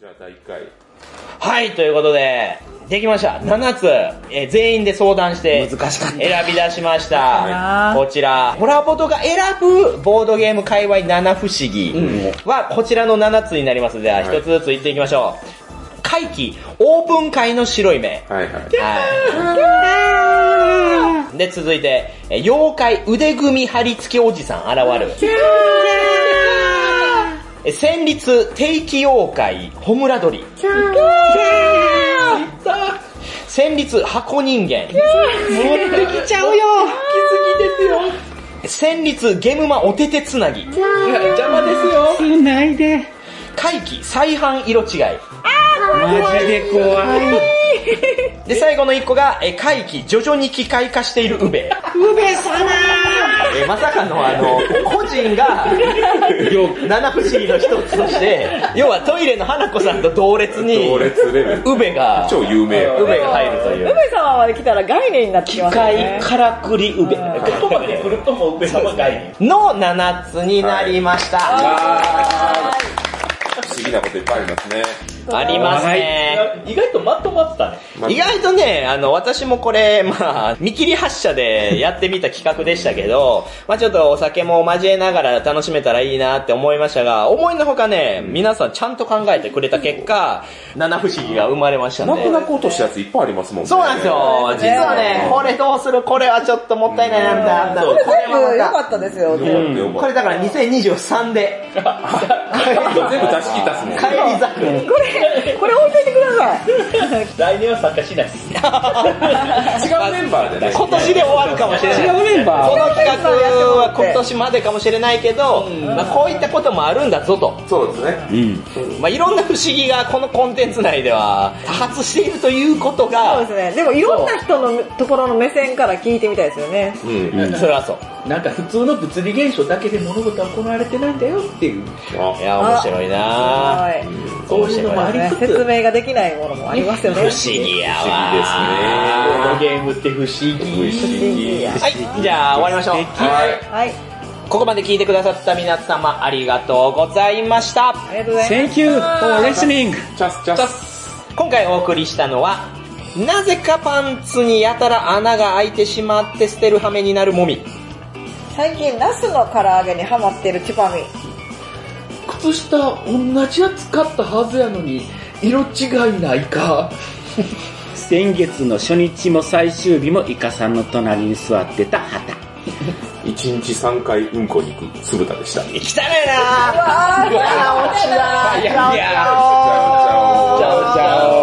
S2: じゃあ第1回。
S1: はい、ということで、できました。7つ、えー全員で相談して、難しかった。選び出しました。こちら、ホラボトが選ぶボードゲーム界隈7不思議は、こちらの7つになります。では、1つずつ言っていきましょう。回帰、オープン会の白い目。
S2: はいはい。
S1: はい。で、続いて、え妖怪腕組み貼り付きおじさん現る。え戦慄定期妖怪ホムラドリ。戦慄箱人間。持ってきちゃうよ。きすぎですよ。戦慄ゲムマおててつなぎ。邪魔ですよ。つないで。回帰再販色違い。
S5: マジで怖い
S1: で、最後の一個が、えー、回帰、徐々に機械化しているウベ。ウベ様えーまさかのあの、個人が、 (laughs) 七不思議の一つとして、要はトイレの花子さんと同列に、
S2: 同列レベル。
S1: ウベが、
S2: (laughs) 超有名や
S1: ウベが入るとい
S3: 梅
S1: う。
S3: 様まで来たら概念になってき
S1: 機
S3: ますよね
S1: 械からくりウベ。言葉で来るともウベ様概念。の7つになりました。
S2: 不思議なこといっぱいありますね。
S1: ありますね。
S4: 意外とまとまったね。
S1: 意外とね、あの、私もこれ、まあ、見切り発車でやってみた企画でしたけど、まあちょっとお酒も交えながら楽しめたらいいなって思いましたが、思いのほかね、皆さんちゃんと考えてくれた結果、七不思議が生まれましたん
S2: な
S1: で
S2: く。なく落としたやついっぱいありますもんね。
S1: そうなんですよ。実はね、これどうするこれはちょっともったいないなんだ。なんだこれ
S3: 全部
S1: は
S3: 良
S1: ま
S3: かったですよ、ね
S2: よ
S1: た
S2: か
S1: こ
S2: っ
S1: れだから2023で。
S2: た。全部出し切ったっすね。
S1: 帰り咲く。
S3: これこれ置いといてください
S4: 来年は参加しないで
S2: (laughs)
S4: す。
S2: 違うメンバーでね。
S1: (laughs) 今年で終わるかもしれない。
S5: メンバ
S1: この企画は今年までかもしれないけど、まあ、こういったこともあるんだぞと、
S2: そうですね。
S1: まあ、いろんな不思議がこのコンテンツ内では多発しているということ
S3: そう
S1: が
S3: ですね。でもいろんな人のところの目線から聞いてみたいですよね。
S2: うん。
S1: それはそう
S4: なんか普通の物理現象だけで物事は行われてないんだよっていう、
S1: いや、面白いな
S3: はい
S4: そういうのもありつつ、
S3: 説明ができないものもありますよ
S1: 不
S3: ね。
S1: 思議やわ。
S4: ボードゲームって不思議。
S1: はい、じゃあ終わりましょう。はい。
S3: はい。
S1: ここまで聞いてくださった皆様ありがとうございました。
S3: ありがとうございます。
S8: Thank you for listening!
S1: 今回お送りしたのは、なぜかパンツにやたら穴が開いてしまって捨てる羽目になるもみ。
S3: 最近、ナスの唐揚げにハマってるチュパミ。
S4: 靴下同じやつ買ったはずやのに、色違いないか。
S8: 先月の初日も最終日もイカさんの隣に座ってた畑。
S9: 一日3回うんこに行く酢豚でした。
S1: 汚いな
S3: あー、おちだ
S1: いやいや、ちゃおちゃお。